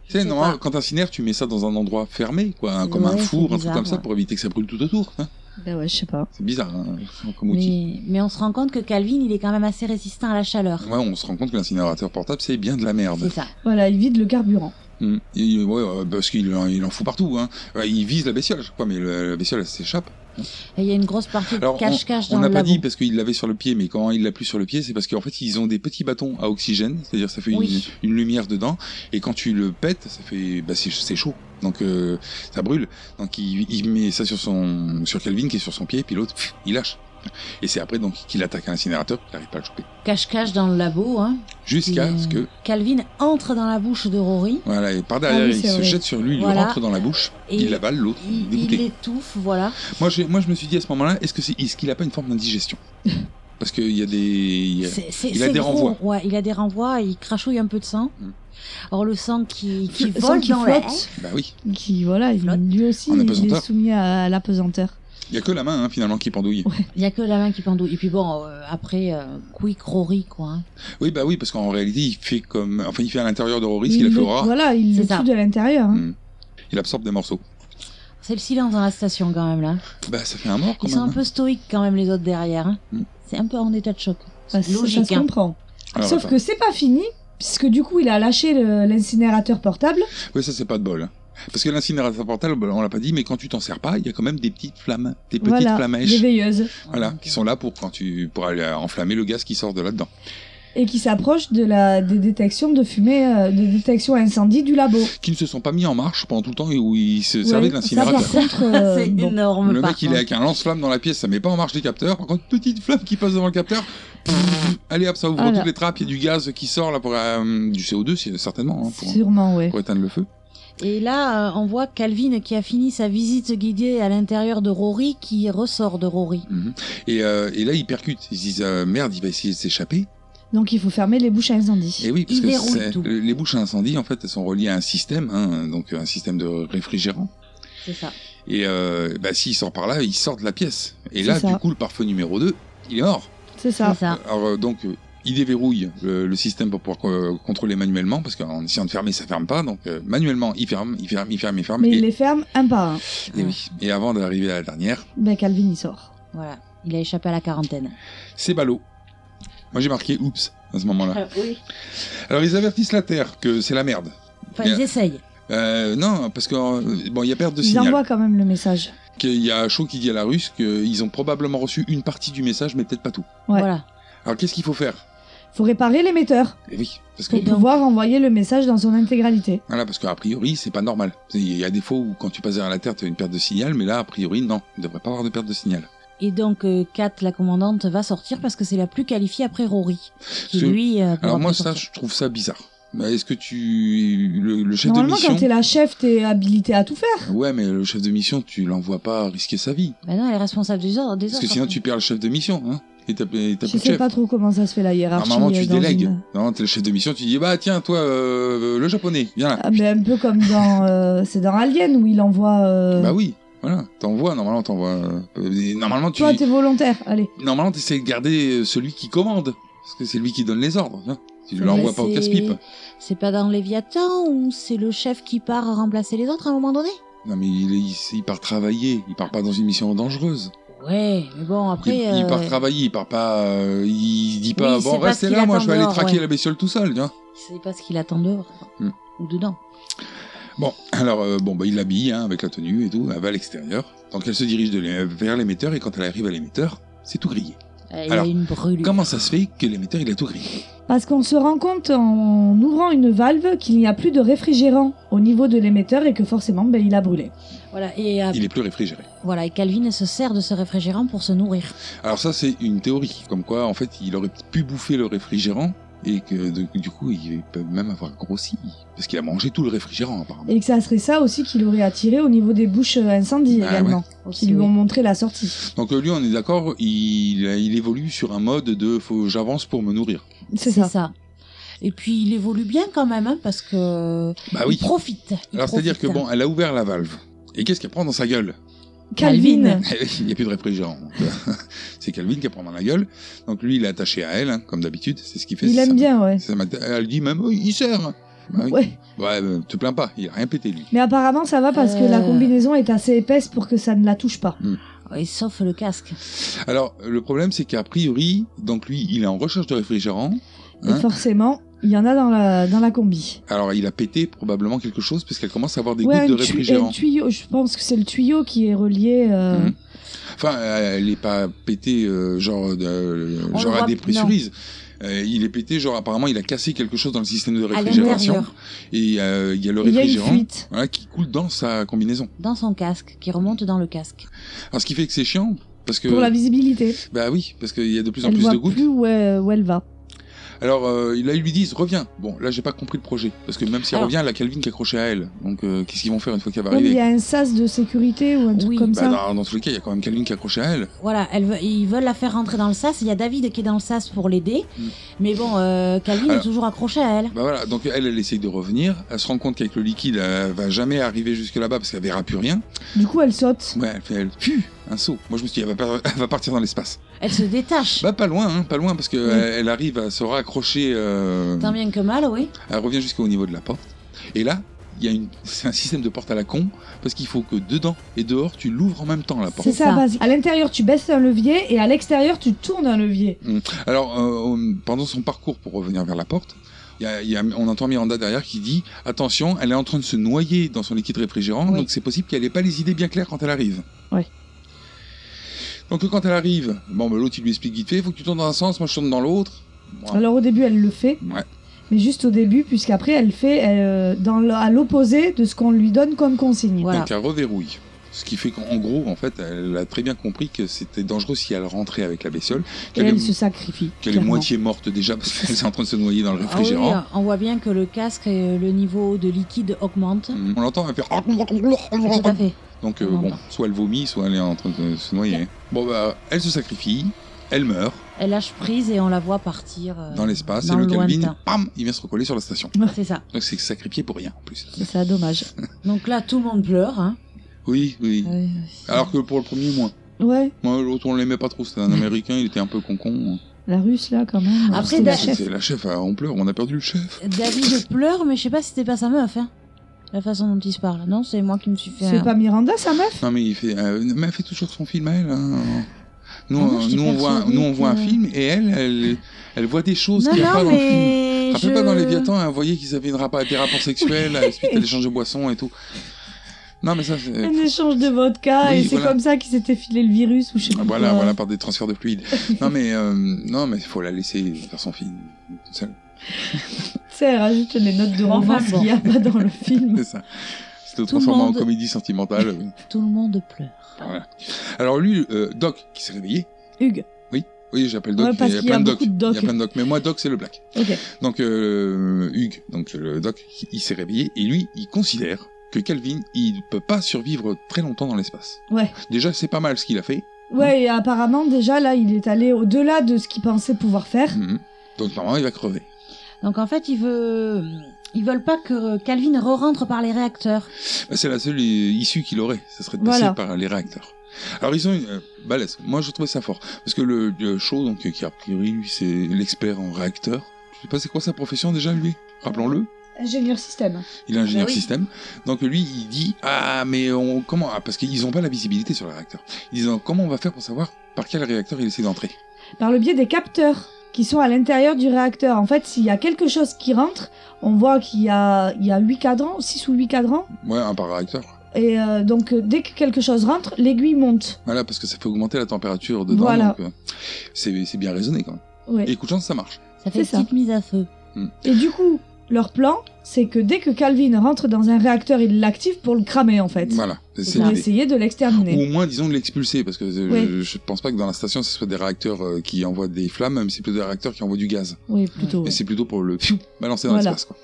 tu sais, normalement, quand t'incinéres, tu mets ça dans un endroit fermé, quoi, hein, comme un ouais, four, c'est un truc bizarre, comme ça, ouais. pour éviter que ça brûle tout autour. hein. Ben ouais, je sais pas. C'est bizarre hein, comme outil. Mais, mais on se rend compte que Calvin, il est quand même assez résistant à la chaleur. Ouais, on se rend compte que l'incinérateur portable, c'est bien de la merde. C'est ça. Voilà, il vide le carburant. Mm. Et, ouais, ouais, parce qu'il en, il en fout partout. Hein. Ouais, il vise la bestiole, je crois, mais le- la bestiole elle s'échappe. Et il y a une grosse partie de Alors, on- cache-cache on dans n'a le pas labo. dit parce qu'il l'avait sur le pied, mais quand il l'a plus sur le pied, c'est parce qu'en fait ils ont des petits bâtons à oxygène, c'est-à-dire ça fait une- Oui. une, lumière dedans, et quand tu le pètes, ça fait bah, c'est- c'est chaud, donc euh, ça brûle. Donc il, il met ça sur son sur Calvin qui est sur son pied, puis l'autre pff, il lâche. Et c'est après donc qu'il attaque un incinérateur, il n'arrive pas à le choper, Cache-cache dans le labo, hein. jusqu'à Et, ce euh, que Calvin entre dans la bouche de Rory. voilà, et par derrière Ah oui, il c'est se vrai. jette sur lui, il Voilà. lui rentre dans la bouche, Et il avale l'autre, Il, dégoûté. il l'étouffe, voilà. Moi, je, moi, je me suis dit à ce moment-là, est-ce que c'est, est-ce qu'il a pas une forme d'indigestion Parce qu'il y a des, il y a- C'est- c'est- il a c'est des gros, renvois. Mm. Ouais, il a des renvois, il crachouille un peu de sang. Or, le sang qui, qui Le vole sang qui dans l'air. flotte. Bah oui, Qui, voilà, il- lui aussi, En il apesanteur. est soumis à la pesanteur. il y a que la main hein, finalement qui pendouille. Il y a que la main qui pendouille. Et puis bon, euh, après, euh, quick Rory, quoi. hein. Oui, bah oui, parce qu'en réalité, il fait comme, enfin, il fait à l'intérieur de Rory ce qu'il a fait au Hmm. rat. Voilà, il C'est le ça. tue de l'intérieur. hein. Il absorbe des morceaux. C'est le silence dans la station, quand même, là. Bah, ça fait un mort quand Ils sont même. un peu stoïques, quand même, les autres derrière. hein. Mm. C'est un peu en état de choc. Bah, C'est ça- ça logique, se hein. comprend. Alors, Sauf attends. que c'est pas fini, puisque du coup, il a lâché le- l'incinérateur portable. Oui, ça c'est pas de bol. hein. Parce que l'incinérateur portable, on l'a pas dit, mais quand tu t'en sers pas, il y a quand même des petites flammes, des petites voilà, des flamèches, veilleuses. voilà, qui sont là pour quand tu, pour aller euh, enflammer le gaz qui sort de là-dedans. Et qui s'approche de la, des détections de fumée, euh, des détections incendie du labo. Qui ne se sont pas mis en marche pendant tout le temps et où ils se servaient Ouais, de ça, par l'incinérateur. contre, euh, C'est bon. énorme, Le par mec, il hein. est contre. avec un lance-flamme dans la pièce, ça met pas en marche les capteurs. Par contre, petite flamme qui passe devant le capteur. pfff, allez hop, ça ouvre Voilà. toutes les trappes. Il y a du gaz qui sort là pour euh, du CO2, c'est- certainement, hein, pour, Sûrement, ouais. pour éteindre le feu. Et là, euh, on voit Calvin qui a fini sa visite guidée à l'intérieur de Rory, qui ressort de Rory. Mhm. et, euh, et là, ils percutent. Ils se disent euh, merde, il va essayer de s'échapper. Donc il faut fermer les bouches à incendie. Et oui, parce Il que verrouille c'est- tout. les bouches à incendie, en fait, elles sont reliées à un système, hein, donc un système de réfrigérant. C'est ça. Et euh, bah, s'il sort par là, il sort de la pièce. Et là, C'est ça. du coup, le pare-feu numéro 2, il est hors. C'est ça. Alors, euh, donc, euh, il déverrouille euh, le système pour pouvoir euh, contrôler manuellement, parce qu'en essayant de fermer, ça ferme pas. Donc, euh, manuellement, il ferme, il ferme, il ferme, il ferme. Mais et, il les ferme un par un. et oui. Et avant d'arriver à la dernière, Ben Calvin il sort. Voilà. Il a échappé à la quarantaine. c'est ballot. Moi, j'ai marqué oups à ce moment-là. oui. Alors, ils avertissent la Terre que c'est la merde. Enfin, Mais- ils essayent. Euh, non, parce que euh, bon, il y a perte de Ils signal. envoient quand même le message. qu'il y a Shaw qui dit à la russe qu'ils ont probablement reçu une partie du message, mais peut-être pas tout. Voilà. Alors qu'est-ce qu'il faut faire Faut réparer l'émetteur Eh oui, parce que pour pouvoir envoyer le message dans son intégralité. voilà, parce qu'a priori c'est pas normal. Il y a des fois où quand tu passes vers la Terre, t'as une perte de signal, mais là a priori non, il devrait pas avoir de perte de signal. Et donc, euh, Kat, la commandante, va sortir parce que c'est la plus qualifiée après Rory. Qui, Ce- lui, euh, pourra Alors moi pas ça, sortir. je trouve ça bizarre. Mais Est-ce que tu le, le chef de Normalement, mission quand t'es la chef, t'es habilité à tout faire. Ouais, mais le chef de mission, tu l'envoies pas risquer sa vie, Ben non, elle est responsable des ordres. Des parce que ordres, sinon par tu perds le chef de mission, hein. Et t'as et t'as Je plus de sais chef. pas trop comment ça se fait la hiérarchie. Normalement, tu euh, dans délègues. une- Non, t'es le chef de mission, tu dis bah tiens toi euh, le japonais, viens là. Ah, mais un peu comme dans. euh, c'est dans Alien où il envoie. euh, Bah oui, voilà, t'envoies, normalement t'envoies. euh, et Normalement tu. Toi, t'es volontaire, allez. Normalement t'essaies de garder euh, celui qui commande, parce que c'est lui qui donne les ordres. hein. Tu contre. ne l'envoies Mais pas au c'est- casse-pipe. C'est pas dans Léviathan où c'est le chef qui part remplacer les autres à un moment donné Non mais il, est- il- il part travailler, il part pas dans une mission dangereuse. Ouais, mais bon, Il, après. il euh, part travailler, il part pas. euh, il dit pas Oui, il sait bon pas restez ce qu'il là, moi attend je vais aller dehors, traquer ouais. la bestiole tout seul. Tiens. C'est euh, pas ce qu'il attend dehors. Hmm. Ou dedans. Bon, alors euh, bon bah il l'habille hein, avec la tenue et tout, elle va à l'extérieur. Donc elle se dirige de l'é- vers l'émetteur et quand elle arrive à l'émetteur, c'est tout grillé. Euh, alors il y a une brûlure. comment ça se fait que l'émetteur il a tout grillé Parce qu'on se rend compte en ouvrant une valve qu'il n'y a plus de réfrigérant au niveau de l'émetteur et que forcément, ben, il a brûlé. Voilà, et, euh, Il est plus réfrigéré. voilà, et Calvin se sert de ce réfrigérant pour se nourrir. Alors ça c'est une théorie, comme quoi en fait il aurait pu bouffer le réfrigérant et que de- du coup il peut même avoir grossi parce qu'il a mangé tout le réfrigérant apparemment. Et que ça serait ça aussi qui l'aurait attiré au niveau des bouches euh, incendies Ah également, ouais. qui lui ont montré la sortie. Donc euh, lui on est d'accord, il, il évolue sur un mode de faut j'avance pour me nourrir. C'est ça. Et puis il évolue bien quand même, hein, parce que. Bah oui. Il profite. il Alors c'est-à-dire que profite. bon elle a ouvert la valve et qu'est-ce qu'elle prend dans sa gueule Calvin. Il n'y a plus de réfrigérant. donc, euh, c'est Calvin qui prend dans la gueule. Donc lui il est attaché à elle hein, comme d'habitude, c'est ce qu'il fait. Il c'est aime sa- bien, ouais. sa mat- Elle dit même oh, il sert. Bah oui. Ouais. Ouais, euh, te plains pas, il a rien pété lui. Mais apparemment, ça va parce que la Euh. combinaison est assez épaisse pour que ça ne la touche pas. Oui, sauf le casque. Alors, le problème, c'est qu'a priori, donc lui, il est en recherche de réfrigérant. hein. Et forcément, il y en a dans la, dans la combi. Alors, il a pété probablement quelque chose, puisqu'elle commence à avoir des gouttes ouais, de un tu- réfrigérant. un tuyau, je pense que c'est le tuyau qui est relié. euh, Mhm. Enfin, euh, elle n'est pas pétée, euh, genre, de- On genre le à voit- des pressurises. Euh, il est pété, genre apparemment il a cassé quelque chose dans le système de réfrigération. l'intérieur. Et euh, il y a le Et il y a une réfrigérant fuite. voilà, qui coule dans sa combinaison. Dans son casque, qui remonte dans le casque. Alors ce qui fait que c'est chiant, parce que... Pour la visibilité. Bah oui, parce qu'il y a de plus en Elle plus voit de gouttes. plus où, elle- où elle va. Alors euh, là, ils lui disent reviens. Bon, là, j'ai pas compris le projet parce que même si elle Alors- revient, elle a Calvin qui est accrochée à elle. Donc euh, qu'est-ce qu'ils vont faire une fois qu'elle va Comme il arriver y a un sas de sécurité ou un truc comme Bah, ça. dans, dans tous les cas, il y a quand même Calvin qui est accroché à elle. Voilà, elle veut- ils veulent la faire rentrer dans le sas. Il y a David qui est dans le sas pour l'aider. Mais bon, euh, Calvin Mm. Alors- est toujours accroché à elle. Bah voilà, donc elle, elle essaye de revenir. Elle se rend compte qu'avec le liquide, elle va jamais arriver jusque là-bas parce qu'elle verra plus rien. Du coup, elle saute. Ouais, elle fait elle, Pfuh un saut. Moi, je me suis dit, elle va, par- elle va partir dans l'espace. Elle se détache. Bah pas loin, hein, pas loin parce que elle, elle arrive à se raccrocher. euh, Tant bien que mal, oui. Elle revient jusqu'au niveau de la porte. Et là, il y a une... c'est un système de porte à la con parce qu'il faut que dedans et dehors, tu l'ouvres en même temps la porte. C'est ça, base. À l'intérieur, tu baisses un levier et à l'extérieur, tu tournes un levier. Mm. Alors, euh, on- pendant son parcours pour revenir vers la porte, il y a- il y a- on entend Miranda derrière qui dit Attention, elle est en train de se noyer dans son liquide réfrigérant, donc c'est possible qu'elle n'ait pas les idées bien claires quand elle arrive. Ouais. Donc, euh, quand elle arrive, bon, ben, l'autre il lui explique vite fait Faut que tu tournes dans un sens, moi je tourne dans l'autre. Ouais. Alors au début, elle le fait, Ah. Ouais. mais juste au début, puisqu'après, elle fait euh, dans le- à l'opposé de ce qu'on lui donne comme consigne. Donc, elle reverrouille. Ce qui fait qu'en gros, en fait, elle a très bien compris que c'était dangereux si elle rentrait avec la bestiole. Et Qu'elle elle est- se sacrifie. qu'elle est clairement. moitié morte déjà parce qu'elle est en train de se noyer dans le Ah oui, réfrigérant. on voit bien que le casque et le niveau de liquide augmente. Mmh. On l'entend, elle fait. Mm. Tout à fait. Donc, euh, bon, soit elle vomit, soit elle est en train de se noyer. Bon, bah, elle se sacrifie, elle meurt Elle lâche prise et on la voit partir. euh, dans l'espace dans et le Calvin, lointain. pam, il vient se recoller sur la station. C'est ça. Donc, c'est sacrifié pour rien en plus. C'est ça, dommage. Donc là, tout le monde pleure. hein. Oui, Ah oui. Ouais. Alors que pour le premier, moins. Ouais, Moi, l'autre, on l'aimait pas trop. C'était un américain, il était un peu con-con. la russe là quand même. Après, C'est da- la chef. C'est la chef, euh, on pleure, on a perdu le chef. David pleure, mais je sais pas si c'était pas sa meuf. Hein. La façon dont il se parle. Non, c'est moi qui me suis fait. C'est un- pas Miranda sa meuf Non, mais il fait, euh, mais elle fait toujours son film à elle. hein. Nous, Ah non, euh, j'étais nous, on voit, persuadée nous, on voit un que- film et elle, elle, elle voit des choses Non, qu'il n'y a non, pas dans le mais film. Rappelle je- pas dans Léviathan, elle voyait qu'ils avaient une rapa- des rapports sexuels euh, suite à l'échange de boissons et tout. Non, mais ça, Ah, c'est- Un échange de vodka Euh, Oui, et c'est voilà. Ah, comme ça qu'il s'était filé le virus ou je sais pas. Voilà, quoi. voilà, par des transferts de fluide. non, mais, euh, non, mais faut la laisser faire son film toute seule. Tu sais, elle rajoute les notes de Enfin, romance bon. qu'il n'y a pas dans le film. C'est ça. C'est le Tout le transformer en monde- comédie sentimentale. oui. Tout le monde pleure. Voilà. Alors, lui, euh, Doc, qui s'est réveillé. Hugues. Oui, oui, j'appelle Doc. Ouais, parce il y a qu'il y plein a de Doc. beaucoup de Doc. Il y a plein de Doc. Mais moi, Doc, c'est le black. Ok. Donc euh, Hugues, donc le doc, il s'est réveillé et lui, il considère que Calvin, il peut pas survivre très longtemps dans l'espace. Ouais. Déjà, c'est pas mal ce qu'il a fait. Ouais, et apparemment, déjà là, il est allé au-delà de ce qu'il pensait pouvoir faire. Mhm. Donc normalement, il va crever. Donc en fait, il veut... ils veulent pas que Calvin re-rentre par les réacteurs. C'est la seule euh, issue qu'il aurait. Ça serait de passer Voilà. par les réacteurs. Alors ils ont une euh, balèze. Moi, je trouvais ça fort parce que le, le show, donc euh, qui a priori lui, c'est l'expert en réacteur. Je sais pas c'est quoi sa profession déjà lui. Rappelons-le. Ingénieur système. Il est ingénieur Bah oui. système. Donc lui, il dit ah mais on comment ah, parce qu'ils n'ont pas la visibilité sur le réacteur. Ils disent comment on va faire pour savoir par quel réacteur il essaie d'entrer. Par le biais des capteurs qui sont à l'intérieur du réacteur. En fait, s'il y a quelque chose qui rentre, on voit qu'il y a, il y a 8 cadrans, 6 ou 8 cadrans. Ouais, un par réacteur. Et euh, donc, euh, dès que quelque chose rentre, l'aiguille monte. Voilà parce que ça fait augmenter la température dedans. Voilà. donc, euh, c'est c'est bien raisonné quand même. Ouais. Et écoute chance ça marche. Ça C'est fait ça. petite mise à feu. Et du coup, leur plan, c'est que dès que Calvin rentre dans un réacteur, il l'active pour le cramer, en fait. Voilà. C'est Pour l'idée. essayer de Ou au l'exterminer. moins, disons, de l'expulser, parce que euh, Oui. je, je pense pas que dans la station, ce soit des réacteurs euh, qui envoient des flammes, mais c'est plutôt des réacteurs qui envoient du gaz. Oui, plutôt. Et ouais. c'est plutôt pour le pfiou, balancer dans Voilà. l'espace. quoi.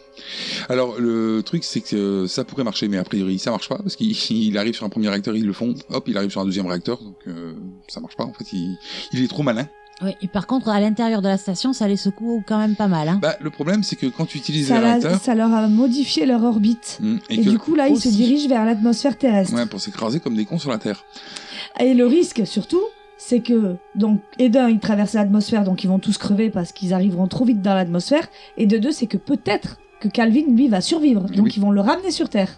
Alors le truc c'est que euh, ça pourrait marcher, mais a priori ça marche pas parce qu'il il arrive sur un premier réacteur, ils le font, hop, il arrive sur un deuxième réacteur, donc euh, ça marche pas. En fait, il, il est trop malin. Oui, et par contre, à l'intérieur de la station, ça les secoue quand même pas mal. Hein. Bah le problème c'est que quand tu utilises Ça, les la- réacteurs ça leur a modifié leur orbite. hmm, Et, que- du coup, là, ils se aussi- dirigent vers l'atmosphère terrestre. ouais, pour s'écraser comme des cons sur la Terre. Et le risque, surtout, c'est que, donc, et d'un, ils traversent l'atmosphère, donc ils vont tous crever parce qu'ils arriveront trop vite dans l'atmosphère. Et de deux, c'est que peut-être que Calvin, lui, va survivre. Donc, Eh oui. ils vont le ramener sur Terre.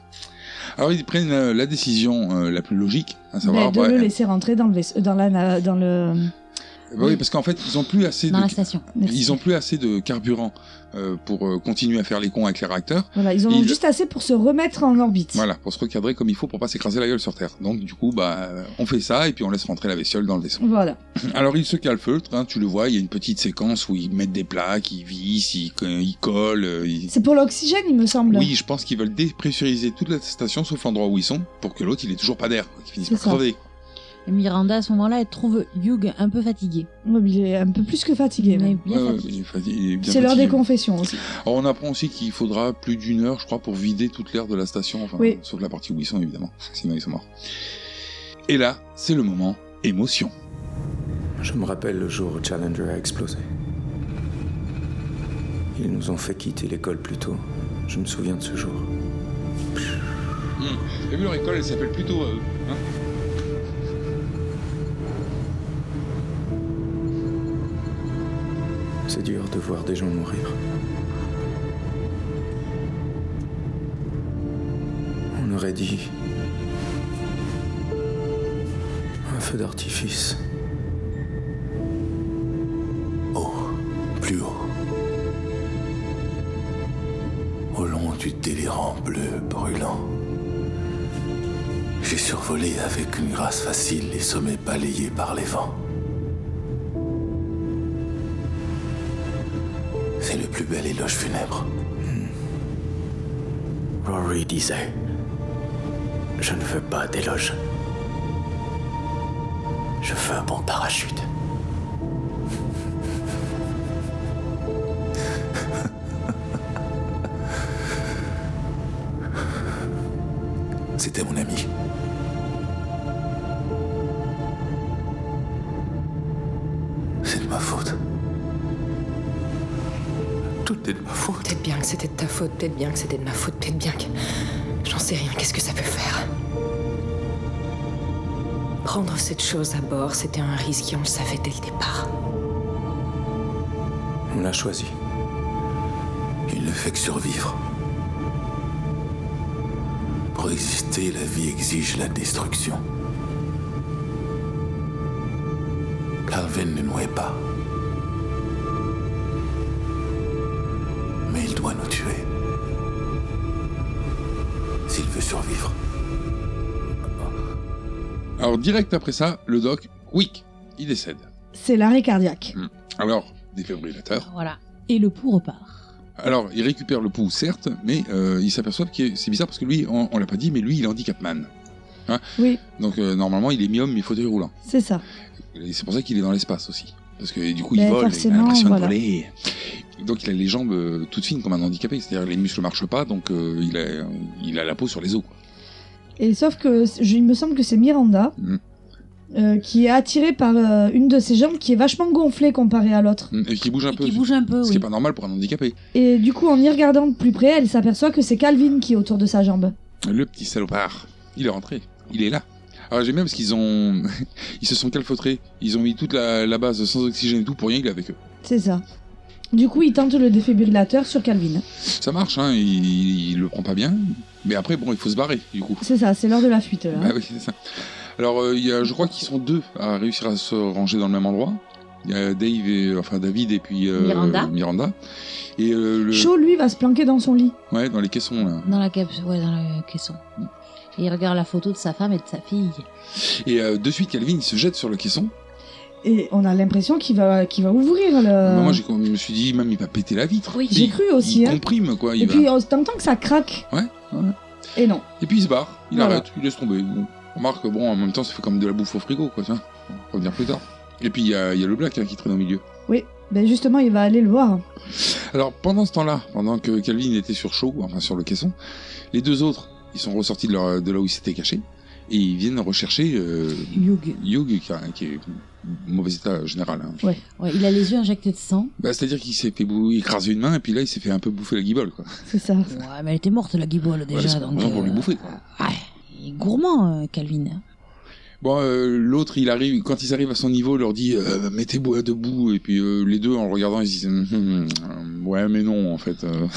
Alors ils prennent euh, la décision euh, la plus logique, à Mais savoir de bah, le euh, laisser rentrer dans le vaisse- euh, dans la, na- dans le, bah oui parce qu'en fait ils ont plus assez Dans de la station. Merci. ils ont plus assez de carburant euh, pour euh, continuer à faire les cons avec les réacteurs. Voilà, ils en ont Ils- juste assez pour se remettre en orbite. Voilà, pour se recadrer comme il faut pour pas s'écraser la gueule sur Terre. Donc du coup, bah, on fait ça et puis on laisse rentrer la bestiole dans le vaisseau. Voilà. Alors il se calfeutre, hein, tu le vois, il y a une petite séquence où ils mettent des plaques, ils vissent, ils, co- ils collent. euh, ils- C'est pour l'oxygène, il me semble. Oui, je pense qu'ils veulent dépressuriser toute la station sauf l'endroit où ils sont pour que l'autre il ait toujours pas d'air, quoi, qu'il finisse C'est par ça. crever. Et Miranda, à ce moment-là, elle trouve Hugh un peu fatigué. Ouais, mais il est un peu plus que fatigué. Mais même. bien Ouais, ouais, fatigué. il est fatigué, il est bien C'est l'heure fatigué. des confessions aussi. Alors, on apprend aussi qu'il faudra plus d'une heure, je crois, pour vider toute l'air de la station, enfin, Oui. sauf la partie où ils sont évidemment, sinon ils sont morts. Et là, c'est le moment émotion. Je me rappelle le jour où Challenger a explosé. Ils nous ont fait quitter l'école plus tôt. Je me souviens de ce jour. T'as vu leur école, elle s'appelle plutôt. euh, hein C'est dur de voir des gens mourir. On aurait dit un feu d'artifice. Haut, plus haut. Au long du délirant bleu brûlant. J'ai survolé avec une grâce facile les sommets balayés par les vents. C'est le plus bel éloge funèbre. Rory disait Je ne veux pas d'éloge. Je veux un bon parachute. C'était mon ami. C'est de ma faute. Tout est de ma faute. Peut-être bien que c'était de ta faute, peut-être bien que c'était de ma faute, peut-être bien que. J'en sais rien, qu'est-ce que ça peut faire Prendre cette chose à bord, c'était un risque et on le savait dès le départ. On l'a choisi. Il ne fait que survivre. Pour exister, la vie exige la destruction. L'arven ne nous est pas. Mais il doit nous tuer. S'il veut survivre. Alors, direct après ça, le doc, quick, il décède. C'est l'arrêt cardiaque. Hmm. Alors, défibrillateur. Voilà. Et le pouls repart. Alors, il récupère le pouls, certes, mais euh, il s'aperçoit que c'est bizarre parce que lui, on, on l'a pas dit, mais lui, il est handicapman. Hein Oui, Donc, euh, normalement, il est mi-homme, mi-fauteuil roulant. c'est ça. Et c'est pour ça qu'il est dans l'espace aussi. Parce que du coup, Ben, il vole, il a forcément, l'impression voilà. de voler. Donc, il a les jambes euh, toutes fines comme un handicapé, c'est-à-dire les muscles marchent pas, donc euh, il, a, il a la peau sur les os. quoi. Et sauf que c- je- il me semble que c'est Miranda Mhm. euh, qui est attirée par euh, une de ses jambes qui est vachement gonflée comparée à l'autre. Et qui bouge un peu. Qui bouge un peu, Ce qui oui. est pas normal pour un handicapé. Et du coup, en y regardant de plus près, elle s'aperçoit que c'est Calvin qui est autour de sa jambe. Le petit salopard, il est rentré, il est là. Alors j'aime bien parce qu'ils ont, ils se sont calfeutrés, ils ont mis toute la, la base sans oxygène et tout pour rien qu'il est avec eux. C'est ça. Du coup, il tente le défibrillateur sur Calvin. Ça marche, hein, il, il le prend pas bien, mais après bon, il faut se barrer du coup. C'est ça, c'est l'heure de la fuite là. Bah oui, c'est ça. Alors euh, il y a- je crois qu'ils sont deux à réussir à se ranger dans le même endroit. Il y a Dave et, enfin David et puis euh, Miranda. Miranda. Et euh, le, Shaw, lui, va se planquer dans son lit. ouais, dans les caissons là. Dans la capsule, ouais, dans le caisson. Et il regarde la photo de sa femme et de sa fille. Et euh, de suite Calvin il se jette sur le caisson. Et on a l'impression qu'il va, qu'il va ouvrir le. Bah, moi j'ai- je me suis dit même il va péter la vitre. Oui. J'ai Il- cru Euh. aussi, Il hein. comprime quoi. Il Et va... puis, on t'entend que ça craque. Ouais, ouais. Et non. Et puis il se barre, il Voilà. arrête, il laisse tomber. Bon, remarque, bon, en même temps, ça fait comme de la bouffe au frigo, quoi, tiens. On va revenir plus tard. Et puis il y, a il y a le black hein, qui traîne au milieu. Oui, ben justement, il va aller le voir. Alors pendant ce temps-là, pendant que Calvin était sur Shaw, enfin sur le caisson, les deux autres, ils sont ressortis de, leur- de là où ils s'étaient cachés, et ils viennent rechercher euh, Hugh. Hugh, qui, a- qui est en mauvais état général. hein. Ouais. ouais. Il a les yeux injectés de sang. Bah, C'est-à-dire qu'il s'est fait bou- écraser une main, et puis là, il s'est fait un peu bouffer la guibole, quoi. C'est ça. Ouais, mais elle était morte, la guibole, Ouais, déjà. c'est donc, vraiment pour euh, lui bouffer, quoi. il est gourmand, euh, Calvin. Bon, euh, l'autre, il arrive, quand ils arrivent à son niveau, il leur dit euh, mettez-vous debout, et puis euh, les deux, en le regardant, ils se disent Hum, hum, hum, ouais, mais non, en fait. euh.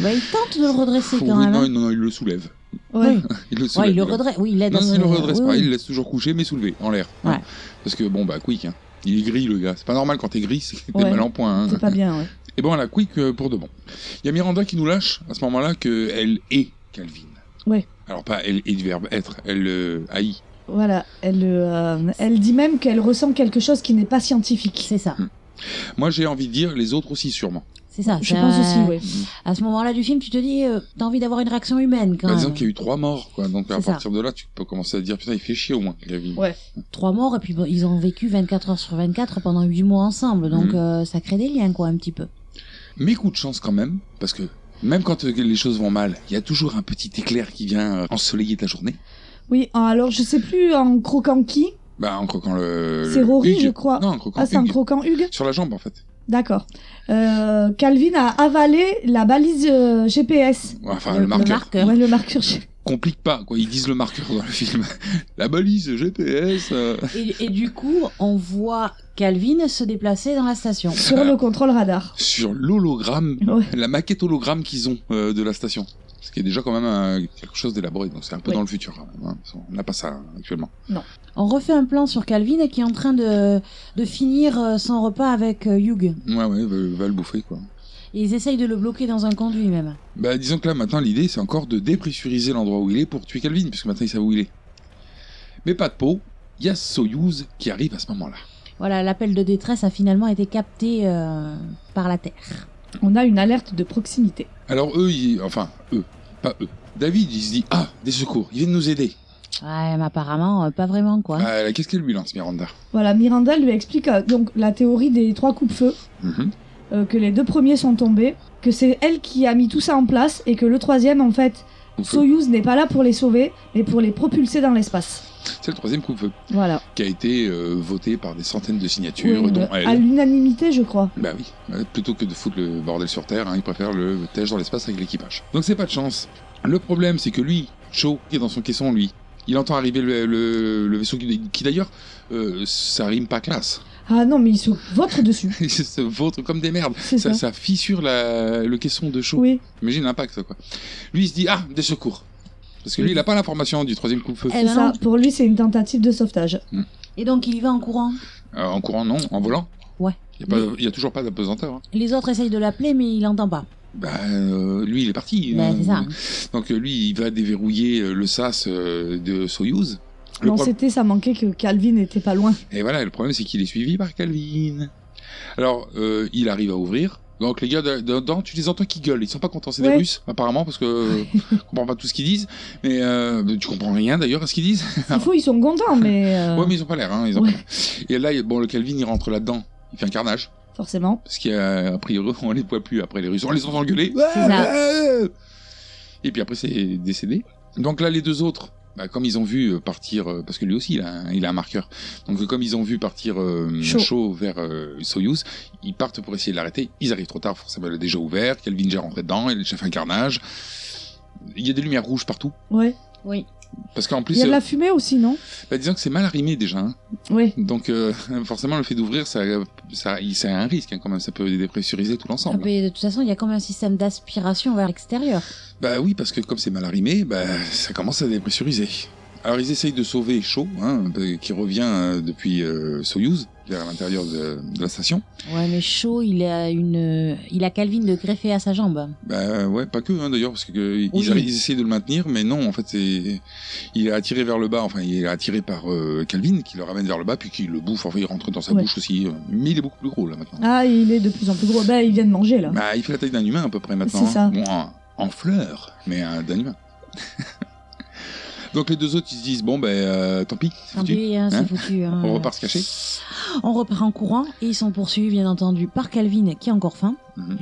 Bah, il tente de le redresser Oui, quand même. non, hein. non, non, il le soulève. Ouais. Il le Ouais, soulève. il le redresse. Oui, il Non, l'aide à non, se- il le redresse oui, pas, oui. il le laisse toujours couché, mais soulevé, en l'air. hein. Ouais. Parce que bon, bah, quick, hein. il est gris le gars. C'est pas normal quand t'es gris, c'est que t'es Ouais. mal en point. hein. C'est pas bien, ouais. Et bon, la quick euh, pour de bon. Il y a Miranda qui nous lâche à ce moment-là que elle est Calvin. Ouais. Alors, pas elle est du verbe être, elle euh, haït. Voilà, elle, euh, elle dit même qu'elle ressent quelque chose qui n'est pas scientifique. C'est Hmm. ça. Moi, j'ai envie de dire les autres aussi, sûrement. C'est ça. Je c'est pense un- aussi, ouais. À ce moment-là du film, tu te dis, euh, t'as envie d'avoir une réaction humaine quand Bah, disons même. qu'il y a eu trois morts, quoi. Donc à C'est ça. partir de là, tu peux commencer à te dire putain, il fait chier au moins, Gavin. Ouais. Trois morts, et puis bon, ils ont vécu 24 heures sur 24 pendant 8 mois ensemble. Donc, Mhm. euh, ça crée des liens, quoi, un petit peu. Mais coup de chance quand même, parce que même quand euh, les choses vont mal, il y a toujours un petit éclair qui vient euh, ensoleiller ta journée. Oui, ah, alors je sais plus en croquant qui. Bah en croquant le. C'est le Rory, Hugues. je crois. Non, en croquant ah, c'est en Hugues. croquant Hugues Sur la jambe en fait. D'accord. Euh, Calvin a avalé la balise euh, GPS. Ouais, Enfin, le, marqueur. Ouais, le marqueur. G- Complique pas, quoi. Ils disent le marqueur dans le film. la balise GPS. euh. Et, et du coup, on voit Calvin se déplacer dans la station. Sur le contrôle radar. Sur l'hologramme, Ouais. la maquette hologramme qu'ils ont euh, de la station. Ce qui est déjà quand même euh, quelque chose d'élaboré, donc c'est un peu Oui. dans le futur. quand même, hein. On n'a pas ça actuellement. On refait un plan sur Calvin qui est en train de, de finir euh, son repas avec euh, Hugh. Ouais, ouais, va, va le bouffer, quoi. Et ils essayent de le bloquer dans un conduit même. Bah, disons que là, maintenant, l'idée, c'est encore de dépressuriser l'endroit où il est pour tuer Calvin, puisque maintenant, il sait où il est. Mais pas de peau, il y a Soyuz qui arrive à ce moment-là. Voilà, l'appel de détresse a finalement été capté euh, par la Terre. On a une alerte de proximité. Alors, eux, ils... enfin, eux, pas eux. David, il se dit Ah, des secours, ils viennent nous aider. Ouais, mais apparemment, euh, pas vraiment, Hein quoi. Euh, Qu'est-ce qu'elle lui lance, Miranda Voilà, Miranda lui explique euh, donc la théorie des trois coups-feu, Mhm. euh, que les deux premiers sont tombés, que c'est elle qui a mis tout ça en place et que le troisième, en fait, Soyuz n'est pas là pour les sauver, mais pour les propulser dans l'espace. C'est le troisième coup feu Voilà. qui a été euh, voté par des centaines de signatures, Oui, dont à elle. l'unanimité, je crois. Bah oui, euh, plutôt que de foutre le bordel sur Terre, hein, il préfère le tèche dans l'espace avec l'équipage. Donc c'est pas de chance. Le problème, c'est que lui, Cho, qui est dans son caisson, lui, il entend arriver le, le- le vaisseau qui, qui d'ailleurs, euh, ça rime pas classe. Ah non, mais ils se vautrent dessus. Ils se vautrent comme des merdes. C'est Ça, ça. ça fissure la- le caisson de Cho. Oui. Imagine l'impact, quoi. Lui, il se dit Ah, des secours. Parce que lui, il a pas l'information du troisième coup de feu. C'est ça, pour lui, c'est une tentative de sauvetage. Et donc, il y va en courant. Euh, en courant, non, en volant. Ouais. Il n'y a, toujours pas d'apesanteur. hein. Les autres essayent de l'appeler, mais il n'entend pas. Bah, euh, lui, il est parti. Bah, euh, c'est ça. Donc, euh, lui, il va déverrouiller euh, le SAS euh, de Soyuz. Le Non, pro- c'était, ça manquait que Calvin n'était pas loin. Et voilà, le problème, c'est qu'il est suivi par Calvin. Alors, euh, il arrive à ouvrir. Donc, les gars de- de- dedans, tu les entends qui gueulent. Ils sont pas contents, c'est des Ouais. Russes, apparemment, parce que euh, je comprends pas tout ce qu'ils disent. Mais euh, tu comprends rien, d'ailleurs, à ce qu'ils disent. Il faut, ils sont contents, mais euh, Ouais, mais ils ont pas l'air. Hein, ils ont pas l'air. Et là, il- bon, le Calvin, il rentre là-dedans. Il fait un carnage. forcément. Parce qu'a a priori, on les voit plus après les Russes. On les entend gueuler. C'est ça. Et puis après, c'est décédé. Donc là, les deux autres, bah, comme ils ont vu euh, partir, euh, parce que lui aussi, il a un, il a un marqueur. Donc euh, comme ils ont vu partir euh, Chaud. Chaud vers euh, Soyuz, ils partent pour essayer de l'arrêter. Ils arrivent trop tard, forcément, elle est déjà ouverte. Calvin déjà rentré dedans, il a déjà fait un carnage. Il y a des lumières rouges partout. Ouais. Oui. Parce qu'en Il y plus, a de euh, la fumée aussi, non bah, disons que c'est mal arrimé déjà. hein. Oui. Donc euh, forcément, le fait d'ouvrir, ça, ça, il- ça a un risque hein, quand même. Ça peut dépressuriser tout Ah, l'ensemble. mais de toute façon, il y a quand même un système d'aspiration vers l'extérieur. Bah oui, parce que comme c'est mal arrimé, bah, ça commence à dépressuriser. Alors ils essayent de sauver Cho, hein, euh, qui revient euh, depuis euh, Soyuz, vers l'intérieur de, de la station. Ouais, mais chaud, il a une, euh, il a Calvin de greffer à sa jambe. Bah ouais, pas que hein, d'ailleurs, parce que euh, Oui. ils, arri- ils essayent de le maintenir, mais non, en fait, c'est... il est attiré vers le bas, enfin, il est attiré par euh, Calvin, qui le ramène vers le bas, puis qui le bouffe, enfin, il rentre dans sa Ouais. bouche aussi, euh, mais il est beaucoup plus gros là maintenant. Ah, il est de plus en plus gros. Bah, il vient de manger, là. Bah, il fait la taille d'un humain à peu près maintenant. C'est ça. hein. Bon, en, en fleurs, mais euh, d'un humain. Donc les deux autres, ils se disent bon ben euh, tant pis, c'est Tant foutu. pis, hein, c'est Hein foutu, hein. On repart se cacher. On repart en courant et ils sont poursuivis, bien entendu, par Calvin qui a encore faim. Mhm.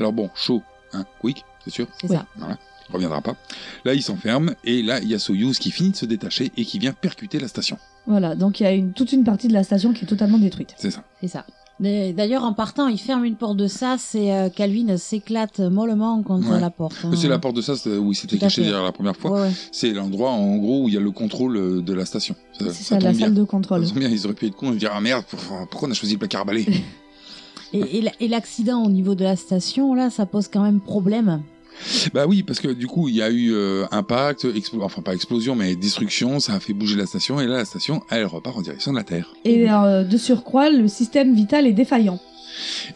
Alors bon, chaud, hein, quick, c'est sûr. C'est ça. Voilà. Il reviendra pas. Là, il s'enferme et là, il y a Soyuz qui finit de se détacher et qui vient percuter la station. Voilà, donc il y a une, toute une partie de la station qui est totalement détruite. C'est ça. C'est ça. Mais D'ailleurs, en partant, il ferme une porte de sas et euh, Calvin s'éclate mollement contre Ouais. la porte. hein. C'est la porte de ça c'est où il s'était Tout à caché fait. derrière la première fois. Ouais, ouais. C'est l'endroit en gros où il y a le contrôle euh, de la station. C'est ça, la salle de contrôle. bien, ils auraient pu être cons et se dire ah merde, pourquoi pourquoi on a choisi le placard à balai Et, et la- et l'accident au niveau de la station, là, ça pose quand même problème. Bah oui, parce que du coup, il y a eu euh, impact, explo- enfin pas explosion, mais destruction, ça a fait bouger la station, et là, la station, elle repart en direction de la Terre. Et euh, de surcroît, le système vital est défaillant.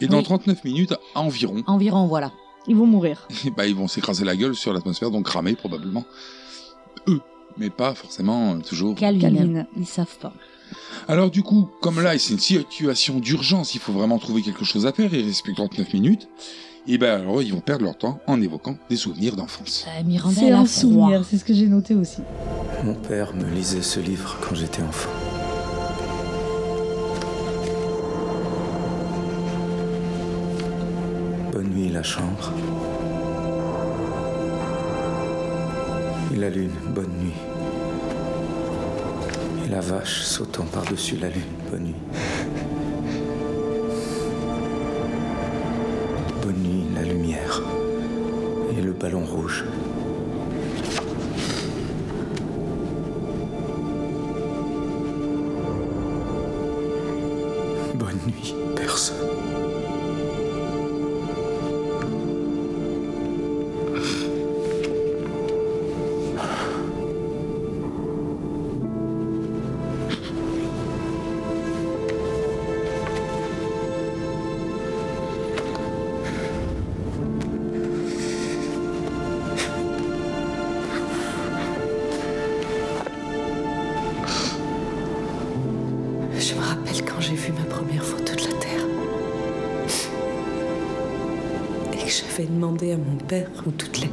Et dans Oui. 39 minutes environ, Environ, voilà. Ils vont mourir. bah, ils vont s'écraser la gueule sur l'atmosphère, donc cramer probablement. Eux, mais pas forcément euh, toujours. Calvin, Calvin. ils savent pas. Alors du coup, comme là, c'est une situation d'urgence, il faut vraiment trouver quelque chose à faire, et il reste plus que 39 minutes, et ben alors, ils vont perdre leur temps en évoquant des souvenirs d'enfance. Euh, Miranda, C'est elle a un froid. souvenir, c'est ce que j'ai noté aussi. Mon père me lisait ce livre quand j'étais enfant. Bonne nuit la chambre. Et la lune, bonne nuit. Et la vache sautant par-dessus la lune, bonne nuit. Bonne nuit la lumière. Et le ballon rouge. Bonne nuit, personne. Je me rappelle quand j'ai vu ma première photo de la Terre. Et que j'avais demandé à mon père où toutes les.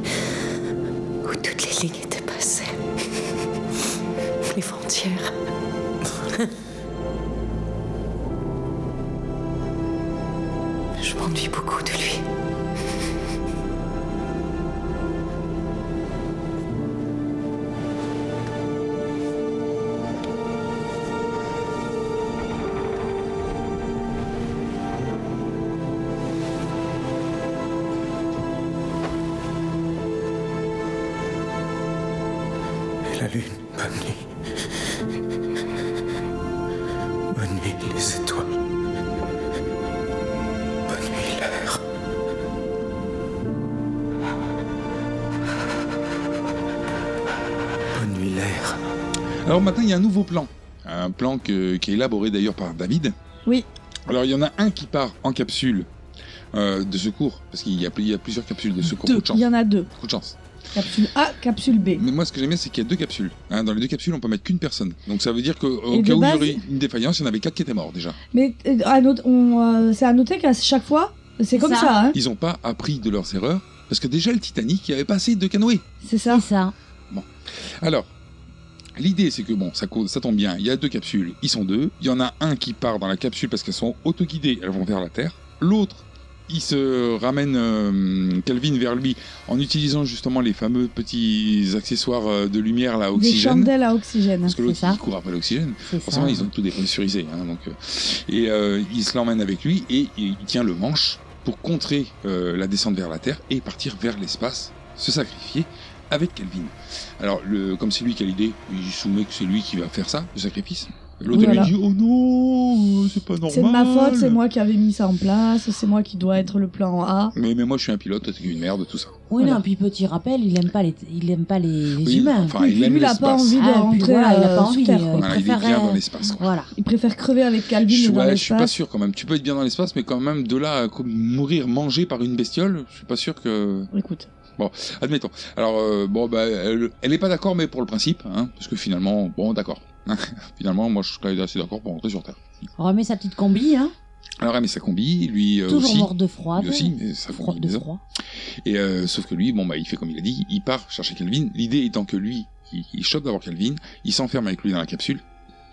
où toutes les lignes étaient passées. fière. Je m'ennuie beaucoup de lui. Et la lune, bonne nuit. Bonne nuit, les étoiles. Bonne nuit, l'air. Bonne nuit, l'air. Alors maintenant, il y a un nouveau plan. Un plan que- qui est élaboré d'ailleurs par David. Oui. Alors il y en a un qui part en capsule euh, de secours, parce qu'il y, a- il y a plusieurs capsules de secours. Deux, Coup de chance. il y en a deux. Coup de chance. Capsule A, capsule B. Mais moi, ce que j'aimais, c'est qu'il y a deux capsules. hein. dans les deux capsules, on peut mettre qu'une personne. Donc ça veut dire Et qu'au de cas où il y base- aurait une défaillance, il y en avait quatre qui étaient morts déjà. Mais euh, à note- on, euh, c'est à noter qu'à chaque fois, c'est comme ça, hein. Ils n'ont pas appris de leurs erreurs, parce que déjà le Titanic, il n'y avait pas assez de canoës. C'est ça. ça. Alors, l'idée, c'est que bon, ça, co- ça tombe bien, il y a deux capsules, ils sont deux. Il y en a un qui part dans la capsule parce qu'elles sont autoguidées, elles vont vers la Terre. L'autre, il se ramène euh, Calvin vers lui en utilisant justement les fameux petits accessoires euh, de lumière, là, Des oxygène. chandelles à oxygène. Parce que l'autre, il court après l'oxygène. Forcément, ils ont tout dépressurisé. hein, donc, euh, et euh, il se l'emmène avec lui et il il tient le manche pour contrer euh, la descente vers la Terre et partir vers l'espace, se sacrifier avec Kelvin. Alors, le, comme c'est lui qui a l'idée, il soumet que c'est lui qui va faire ça, le sacrifice. L'autre Voilà. lui dit Oh non, euh, c'est pas normal. C'est de ma faute, c'est moi qui avais mis ça en place, c'est moi qui dois être le plan A. Mais, mais moi, je suis un pilote, t'es une merde, tout ça. Oui, non, puis petit rappel, il aime pas les, il aime pas les, les Oui, humains. enfin, il Lui, aime il a pas l'espace. envie de Ah, puis rentrer, voilà, il a euh, pas sur envie. Terre, euh, quoi. il Voilà, il est préfère, bien dans euh, l'espace, Voilà. Il préfère crever avec Calvin Je, que dans ouais, je suis pas l'espace. sûr quand même. Tu peux être bien dans l'espace, mais quand même, de là à co- mourir mangé par une bestiole, je suis pas sûr que. Écoute. Bon, admettons. Alors, euh, bon, bah, elle, elle est pas d'accord, mais pour le principe, hein, parce que finalement, bon, d'accord. finalement, moi, je suis assez d'accord pour rentrer sur Terre. On remet sa petite combi, hein. Alors, elle met sa combi, lui euh, Toujours aussi. mort de froid. Lui aussi, mais sa Froid combi de maison. froid. Et euh, sauf que lui, bon, bah, il fait comme il a dit, il part chercher Calvin. L'idée étant que lui, il, il chope d'abord Calvin, il s'enferme avec lui dans la capsule,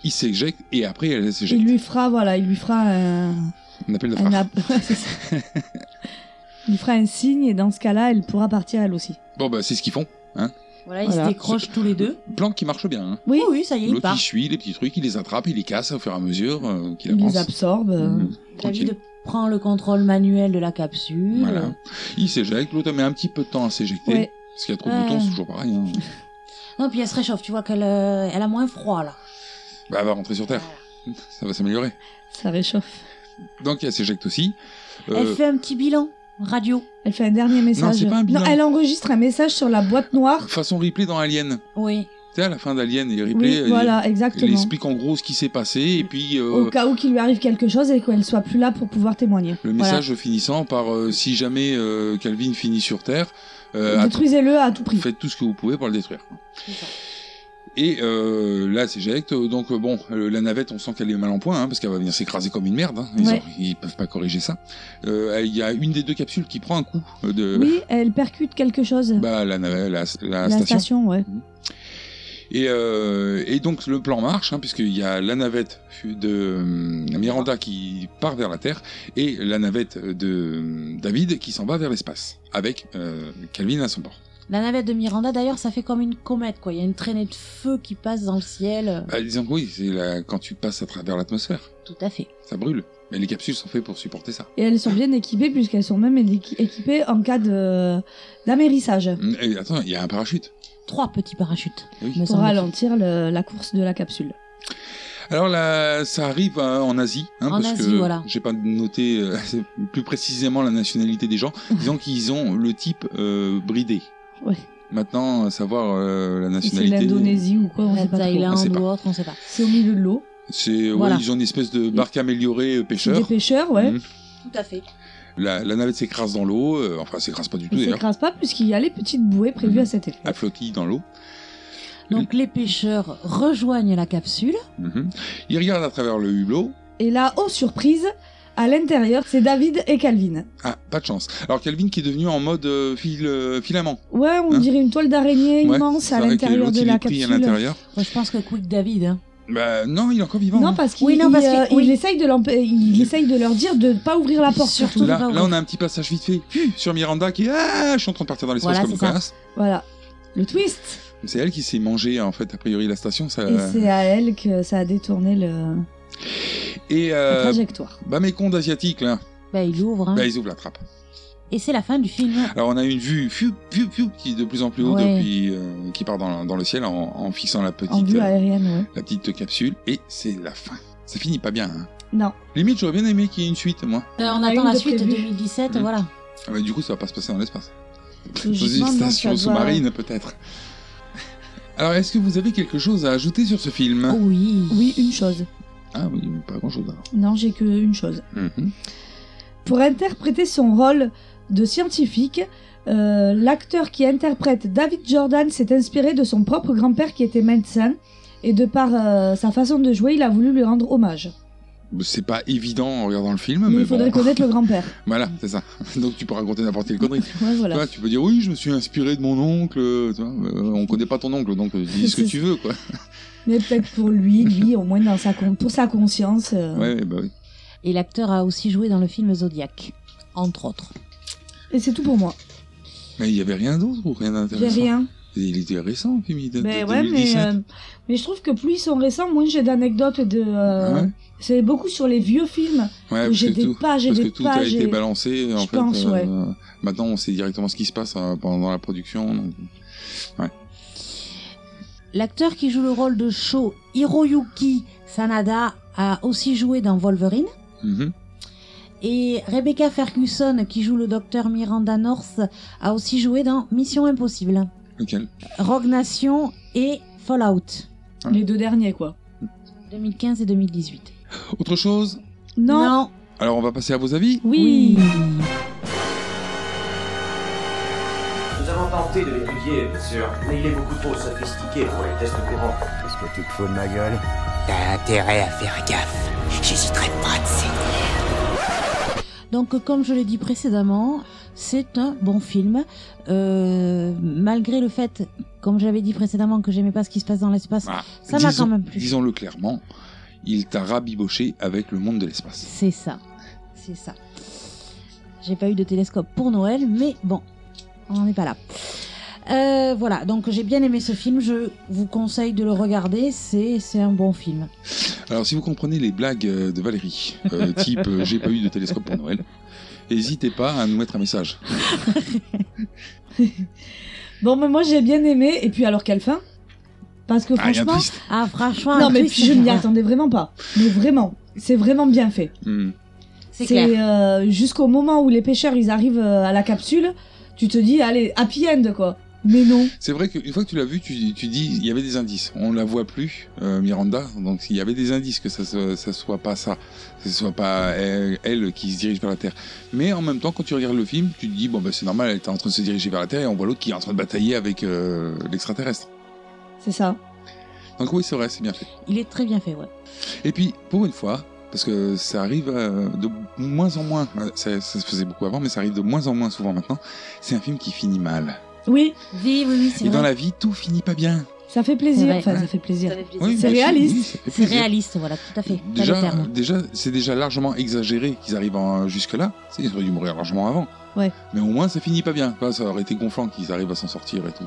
il s'éjecte, et après, elle Il s'éjecte. lui fera, voilà, il lui fera un. On appelle la un frappe. app- Ouais, c'est ça. il lui fera un signe et dans ce cas-là, elle pourra partir elle aussi. Bon, bah, c'est ce qu'ils font, hein. Voilà, ils Voilà. se décrochent tous les deux. Plan qui marche bien, hein. Oui, oui, ça y est, il L'autre, part. il suit les petits trucs, il les attrape, il les casse au fur et à mesure euh, qu'il Il avance. Mmh. les absorbe. euh, Tranquille. David prend le contrôle manuel de la capsule. Voilà. Il s'éjecte, l'autre met un petit peu de temps à s'éjecter. Mmh. Ouais. Parce qu'il y a trop de Ouais. boutons, c'est toujours pareil. hein. Non, puis elle se réchauffe, tu vois qu'elle euh, elle a moins froid là. Bah, elle va rentrer sur Terre. Ça va s'améliorer. Ça réchauffe. Donc, elle s'éjecte aussi. Euh, Elle fait un petit bilan radio. Elle fait un dernier message. c'est pas un bilan. elle enregistre un message sur la boîte noire. Façon replay dans Alien. Oui. Tu sais, à la fin d'Alien, il replay. Oui, il- voilà, euh, Il exactement. explique en gros ce qui s'est passé et puis euh, Au cas où qu'il lui arrive quelque chose et qu'elle soit plus là pour pouvoir témoigner. le message finissant par euh, si jamais euh, Calvin finit sur Terre, euh, Voilà. att- Détruisez-le à tout prix. faites tout ce que vous pouvez pour le détruire. Et euh, là, elle s'éjecte. Donc, euh, bon, euh, la navette, on sent qu'elle est mal en point, hein, parce qu'elle va venir s'écraser comme une merde. hein. Ils, Ouais. ont- ils peuvent pas corriger ça. Euh, Il y a une des deux capsules qui prend un coup euh, de Oui, elle percute quelque chose. bah, la, navette, la, la la station. station, ouais. Et, euh, et donc, le plan marche, hein, puisqu'il y a la navette de euh, Miranda qui part vers la Terre et la navette de euh, David qui s'en va vers l'espace, avec euh, Calvin à son bord. La navette de Miranda, d'ailleurs, ça fait comme une comète, quoi. Il y a une traînée de feu qui passe dans le ciel. Bah, disons que oui, c'est la- quand tu passes à travers l'atmosphère. Tout à fait. Ça brûle. Mais les capsules sont faites pour supporter ça. Et elles sont bien équipées puisqu'elles sont même équi- équipées en cas de d'amérissage Mm, Et attends, il y a un parachute. Trois petits parachutes. Eh oui. me pour semble-t-il. ralentir le- la course de la capsule. Alors là, ça arrive euh, en Asie, hein, En parce Asie, que voilà. j'ai pas noté euh, c'est plus précisément la nationalité des gens. Disons qu'ils ont le type euh, bridé. Ouais. Maintenant, à savoir euh, la C'est nationalité. l'Indonésie ou quoi, on La sait pas trop. Thaïlande On sait Ah, pas. ou autre, on sait pas. C'est au milieu de l'eau. C'est ouais, Voilà. ils ont une espèce de barque améliorée euh, C'est des pêcheur. pêcheurs, ouais. Mhm. Tout à fait. La, la navette s'écrase dans l'eau. euh, enfin, s'écrase pas du tout Mmh. Ils d'ailleurs. s'écrasent pas puisqu'il y a les petites bouées prévues à cet effet. Elle flottille dans l'eau. Donc les pêcheurs rejoignent la capsule. Mhm. Ils regardent à travers le hublot. Et là, oh surprise, à l'intérieur, c'est David et Calvin. Ah, pas de chance. Alors Calvin qui est devenu en mode euh, fil, euh, filament. Ouais, on Hein dirait une toile d'araignée Ouais, immense c'est à vrai qu'il y a l'intérieur l'autre, de il la est pris à capsule. l'intérieur. Moi, je pense que Quick David. hein. Bah non, il est encore vivant. Non, hein. parce qu'il Oui, non, parce il, euh, que- oui. il essaye de l'emp- il essaye de leur dire de ne pas ouvrir la porte. surtout. là, là, on a un petit passage vite fait Puis, sur Miranda qui est ah, je suis en train de partir dans l'espace Voilà, comme c'est une ça. connasse. Voilà. Le twist. C'est elle qui s'est mangée en fait a priori la station. Ça... Et c'est à elle que ça a détourné le... Et, euh, trajectoire. Bah mes cons d'asiatiques là. Bah, il ouvre. hein. Bah ils ouvrent la trappe. Et c'est la fin du film. Alors on a une vue fiou, fiou, fiou, qui est de plus en plus haut Ouais. depuis euh, qui part dans, dans le ciel en, en fixant la petite en vue euh, aérienne, ouais. la petite capsule et c'est la fin. Ça finit pas bien. Hein. Non. Limite j'aurais bien aimé qu'il y ait une suite moi. Euh, on Pas attend une la de suite prévue. 2017, Mhm. voilà. Ah, mais du coup ça va pas se passer dans l'espace. Dans Logiquement, une non, ça station doit- sous-marine peut-être. Alors est-ce que vous avez quelque chose à ajouter sur ce film Oh. Oui. Oui, une chose. Ah oui, pas grand chose alors. Non, j'ai que une chose. Mhm. Pour interpréter son rôle de scientifique, euh, l'acteur qui interprète David Jordan s'est inspiré de son propre grand-père qui était médecin. Et de par euh, sa façon de jouer, il a voulu lui rendre hommage. Bah, C'est pas évident en regardant le film, Ah, Mais, mais, il faudrait bon. connaître le grand-père. Voilà, c'est ça. Donc tu peux raconter n'importe quelle connerie. Ouais, Tu vois, voilà. tu peux dire oui, je me suis inspiré de mon oncle. euh, tu vois, euh, on connaît pas ton oncle, donc euh, dis ce que tu veux, quoi. Mais peut-être pour lui, lui, au moins dans sa con- pour sa conscience. euh, Ouais, ouais, bah oui. Et l'acteur a aussi joué dans le film Zodiac, entre autres. Et c'est tout pour moi. Mais il y avait rien d'autre ou rien J'ai d'intéressant. rien. Il était récent, le film. il date Mais de ouais, mais, 2017. euh, mais je trouve que plus ils sont récents, moins j'ai d'anecdotes de. euh, Ah Ouais. C'est beaucoup sur les vieux films. Ouais, où parce j'ai que des tout, pages et parce des que tout a pages. été et- balancé. En Je fait, pense, euh, ouais. Maintenant, on sait directement ce qui se passe euh, pendant la production. donc, Ouais. L'acteur qui joue le rôle de Sho Hiroyuki Sanada a aussi joué dans Wolverine. Mhm. Et Rebecca Ferguson, qui joue le docteur Miranda North, a aussi joué dans Mission Impossible, Nickel. Rogue Nation et Fallout Les deux derniers, quoi. 2015 et 2018. Autre chose Non. Alors, on va passer à vos avis Oui. Nous avons tenté de l'étudier, bien sûr, mais il est beaucoup trop sophistiqué pour les tests courants. Est-ce que tu te fous de ma gueule T'as intérêt à faire gaffe. J'hésiterai pas de saigner. Donc, euh, comme je l'ai dit précédemment, c'est un bon film. Euh, malgré le fait, comme j'avais dit précédemment, que j'aimais pas ce qui se passe dans l'espace, ça m'a Ah, Disons- quand même plu. Disons-le clairement, il t'a rabiboché avec le monde de l'espace. C'est ça. C'est ça. J'ai pas eu de télescope pour Noël, mais bon, on n'en est pas là. Euh, voilà, donc j'ai bien aimé ce film. Je vous conseille de le regarder. C'est c'est un bon film. Alors, si vous comprenez les blagues euh, de Valérie, euh, type euh, j'ai pas eu de télescope pour Noël, n'hésitez pas à nous mettre un message. Bon, mais moi j'ai bien aimé. Et puis alors quelle fin Parce que Ah, y a un franchement. twist. Ah, franchement. non, un mais twist, puis je ça m'y va. attendais vraiment pas. Mais vraiment, c'est vraiment bien fait. Hmm. C'est C'est euh, jusqu'au moment où les pêcheurs ils arrivent euh, à la capsule, tu te dis allez happy end quoi. Mais non. C'est vrai qu'une fois que tu l'as vu, tu, tu dis il y avait des indices. On la voit plus, euh, Miranda, donc il y avait des indices que ça, se- ça soit pas ça, que ce soit pas elle, elle qui se dirige vers la Terre. Mais en même temps, quand tu regardes le film, tu te dis bon, bah, c'est normal, elle est en train de se diriger vers la Terre et on voit l'autre qui est en train de batailler avec euh, l'extraterrestre. C'est ça. Donc, oui, c'est vrai, c'est bien fait. Il est très bien fait, ouais. Et puis, pour une fois, parce que ça arrive euh, de moins en moins, euh, ça, ça se faisait beaucoup avant, mais ça arrive de moins en moins souvent maintenant, c'est un film qui finit mal. Oui. Oui, oui, oui, Et dans la vie, tout finit pas bien. Ça fait plaisir. vrai. Enfin, ça fait plaisir. Oui, c'est bah, oui, réaliste. ça fait C'est plaisir. réaliste, voilà, tout à fait. T'as le Déjà, terme. déjà c'est déjà largement exagéré qu'ils arrivent en- jusque-là. C'est- Ils auraient dû mourir largement avant. Ouais. Mais au moins, ça finit pas bien. Enfin, ça aurait été gonflant qu'ils arrivent à s'en sortir et tout.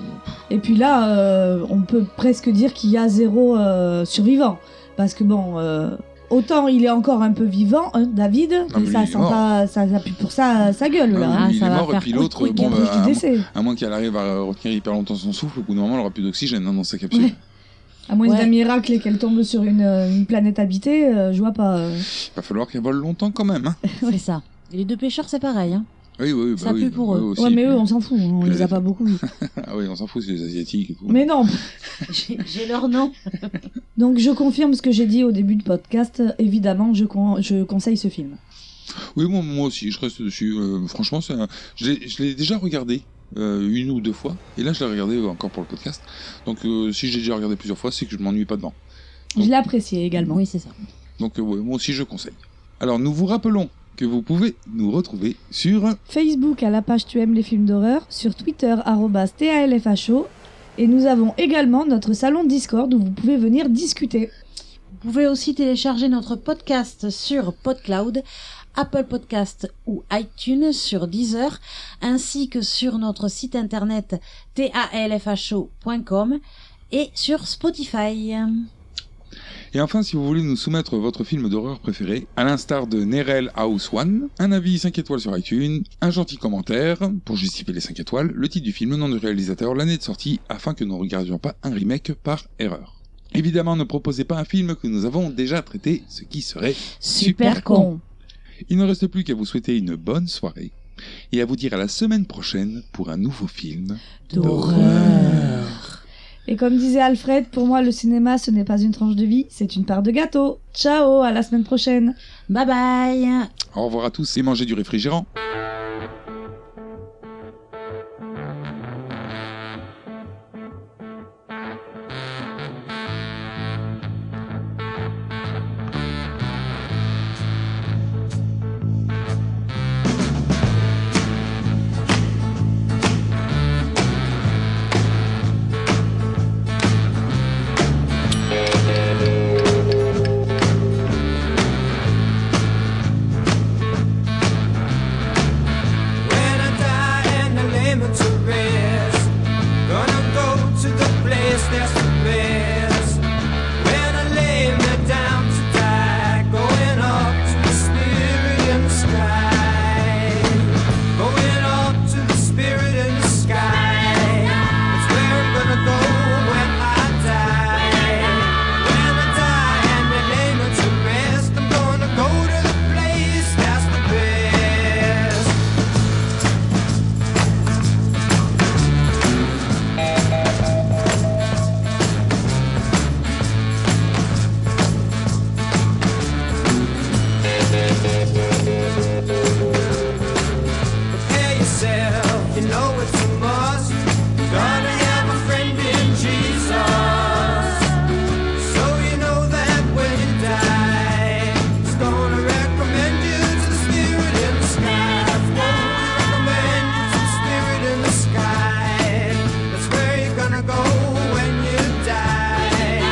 Et puis là, euh, on peut presque dire qu'il y a zéro euh, survivant. Parce que bon, euh, autant il est encore un peu vivant, hein, David, Non, mais, mais ça il est sent mort. pas, ça pue pour ça euh, sa gueule là. Ah oui, hein, il ça est va mort, et faire puis couic, l'autre, couic, bon, couic, bah, couic du à, décès. à moins qu'elle arrive à retenir hyper longtemps son souffle, au bout d'un moment, elle aura plus d'oxygène hein, dans sa capsule. À moins Ouais. d'un miracle et qu'elle tombe sur une, euh, une planète habitée, euh, je vois pas. euh. Il va falloir qu'elle vole longtemps quand même. hein. C'est ça. Et les deux pêcheurs, c'est pareil. hein. Oui, oui, oui, Ça bah oui, pue pour bah, eux. aussi. ouais, mais eux, on s'en fout, hein, on les a pas beaucoup vus. Ah oui, on s'en fout, c'est les Asiatiques et tout. Mais non J'ai j'ai leur nom. Donc je confirme ce que j'ai dit au début du podcast, évidemment, je, con- je conseille ce film. Oui, moi, moi aussi, je reste dessus. Euh, franchement, c'est un- je l'ai- je l'ai déjà regardé euh, une ou deux fois, et là, je l'ai regardé euh, encore pour le podcast. Donc, euh, si j'ai déjà regardé plusieurs fois, c'est que je m'ennuie pas devant. Je l'ai apprécié également. Oui, c'est ça. Donc, euh, ouais, moi aussi, je conseille. Alors, nous vous rappelons que vous pouvez nous retrouver sur Facebook à la page Tu aimes les films d'horreur, sur Twitter arrobas TALFHO, et nous avons également notre salon Discord où vous pouvez venir discuter. Vous pouvez aussi télécharger notre podcast sur PodCloud, Apple Podcast ou iTunes sur Deezer, ainsi que sur notre site internet talfho.com et sur Spotify. Et enfin, si vous voulez nous soumettre votre film d'horreur préféré, à l'instar de Nerel House One, un avis 5 étoiles sur iTunes, un gentil commentaire, pour justifier les 5 étoiles, le titre du film, le nom du réalisateur, l'année de sortie, afin que nous ne regardions pas un remake par erreur. Évidemment, ne proposez pas un film que nous avons déjà traité, ce qui serait Super con. Il ne reste plus qu'à vous souhaiter une bonne soirée et à vous dire à la semaine prochaine pour un nouveau film Et comme disait Alfred, pour moi le cinéma ce n'est pas une tranche de vie, c'est une part de gâteau. Ciao, à la semaine prochaine. Bye bye. Au revoir à tous et mangez du réfrigérant. When I die and I lay me to rest, gonna go to the place that's the best. When I lay me down to die, going up to the spirit in the sky, going up to the spirit in the sky. That's where I'm gonna go when I die. When I die and I lay me to rest, I'm gonna go to the place that's the best. Prepare yourself, you know it's a must. Gonna have a friend in Jesus. So you know that when you die, it's gonna recommend you to the spirit in the sky. It's gonna recommend you to the spirit in the sky. That's where you're gonna go when you die.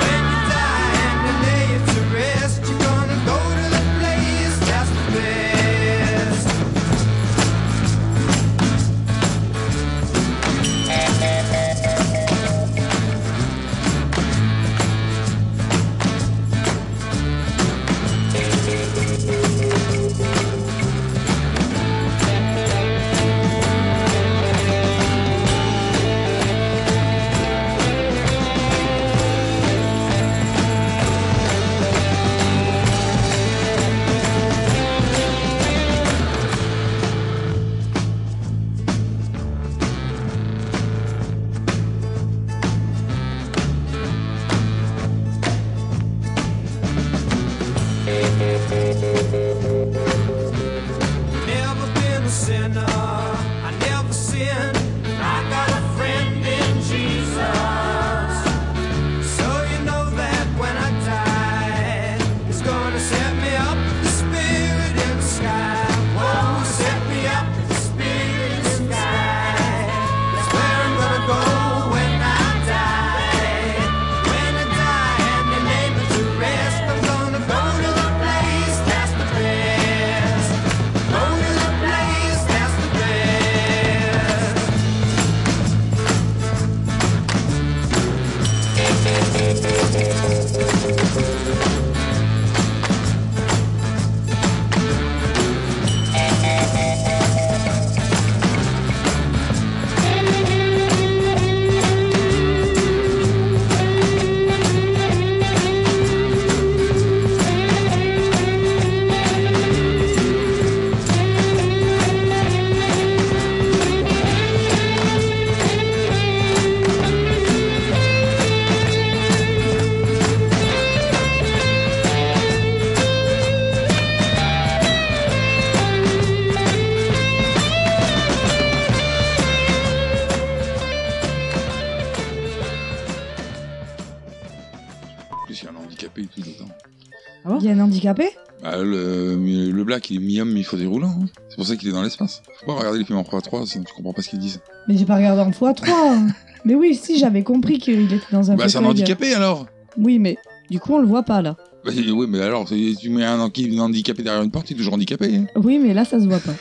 When you die and you lay it to rest, you're gonna go to the place that's the best. Never been a sinner. I never sinned. I got a friend in Jesus. So you know that when I die, it's gonna set me up with the spirit in the sky. Whoa, set me up with the spirit in the sky. That's where I'm gonna go when I die. When I die and they lay me to rest, I'm gonna go to the place that's the best. Go to the place that's the best. En plus, il y a un handicapé et tout dedans. Il y a un handicapé Bah, Ah, le, mais le Black, il est mi-homme, mi-fauteuil roulant. hein. C'est pour ça qu'il est dans l'espace. Faut pas regarder les films en 3-3, sinon tu comprends pas ce qu'ils disent. Mais j'ai pas regardé en x3. hein. mais oui, si, j'avais compris qu'il était Ah, dans un Bah, c'est un fauteuil. handicapé alors Oui, mais du coup, on le voit pas là. Bah, Oui, mais alors, c'est- tu mets un, handic- un handicapé derrière une porte, il est toujours handicapé. hein. Oui, mais là, ça se voit pas.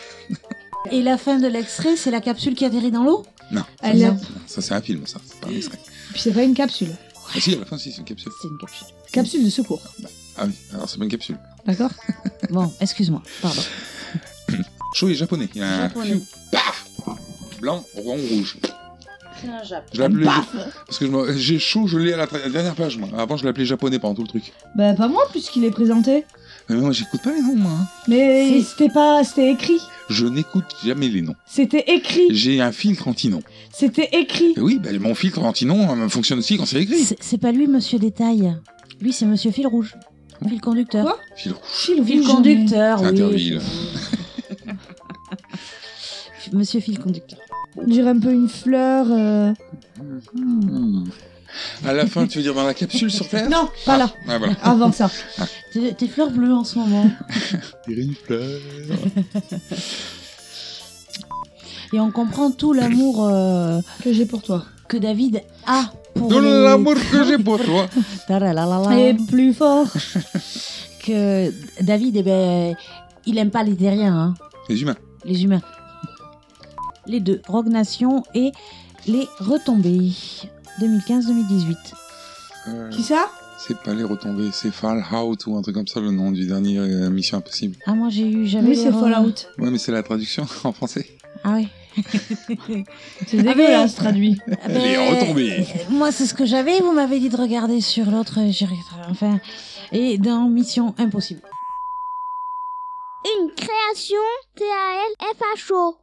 Et la fin de l'extrait, c'est la capsule qui atterrit dans l'eau Non, Elle ça, a- c'est- ça, c'est un film, ça. C'est pas un extrait. Puis c'est pas une capsule. Ah si, à la fin, si, c'est une capsule. C'est une capsule. Capsule de secours. Ah oui, alors c'est pas une capsule. D'accord Bon, excuse-moi, pardon. Chaud et japonais. Il y a un Japonais. blanc, rond, rouge. C'est un Jap. Je l'appelais. Paf Parce que je m'en- j'ai chaud, je l'ai à la, tra- la dernière page, moi. Avant, je l'appelais japonais pendant tout le truc. Bah, pas moi, puisqu'il est présenté. Mais moi, j'écoute pas les noms, moi. hein. Mais c'était pas. C'était écrit. Je n'écoute jamais les noms. C'était écrit. J'ai un filtre anti-nom. C'était écrit. Et oui, bah, mon filtre anti-nom euh, fonctionne aussi quand c'est écrit. C'est- C'est pas lui, monsieur Détail. Lui, c'est monsieur Fil Rouge. Fil Conducteur. Quoi Fil rouge. Fil, rouge, Conducteur, C'est Ah oui. Interville. Monsieur Fil Conducteur. On dirait un peu une fleur. euh, Hmm. À la fin, tu veux dire dans la capsule sur Terre Non, pas là. Ah, voilà. Avant ça. T'es t'es fleur bleue en ce moment. une fleur. Et on comprend tout l'amour euh, que j'ai pour toi. Que David a pour Tout les- l'amour que j'ai pour toi. Taralalala. Et plus fort. que David, eh ben, il aime pas les terriens, hein, Les humains. les humains. Les deux, Rogue Nation et Les Retombées, 2015-2018. Euh, Qui ça C'est pas les retombées, c'est Fallout ou un truc comme ça, le nom du dernier euh, Mission Impossible. Ah, moi j'ai eu jamais. Oui, c'est Fallout. Ouais, mais c'est la traduction en français. Ah oui. C'est dégueulasse, traduit. Les retombées. Moi, c'est ce que j'avais. Vous m'avez dit de regarder sur l'autre. j'ai regardé, Enfin, et dans Mission Impossible. Une création T-A-L-F-H-O.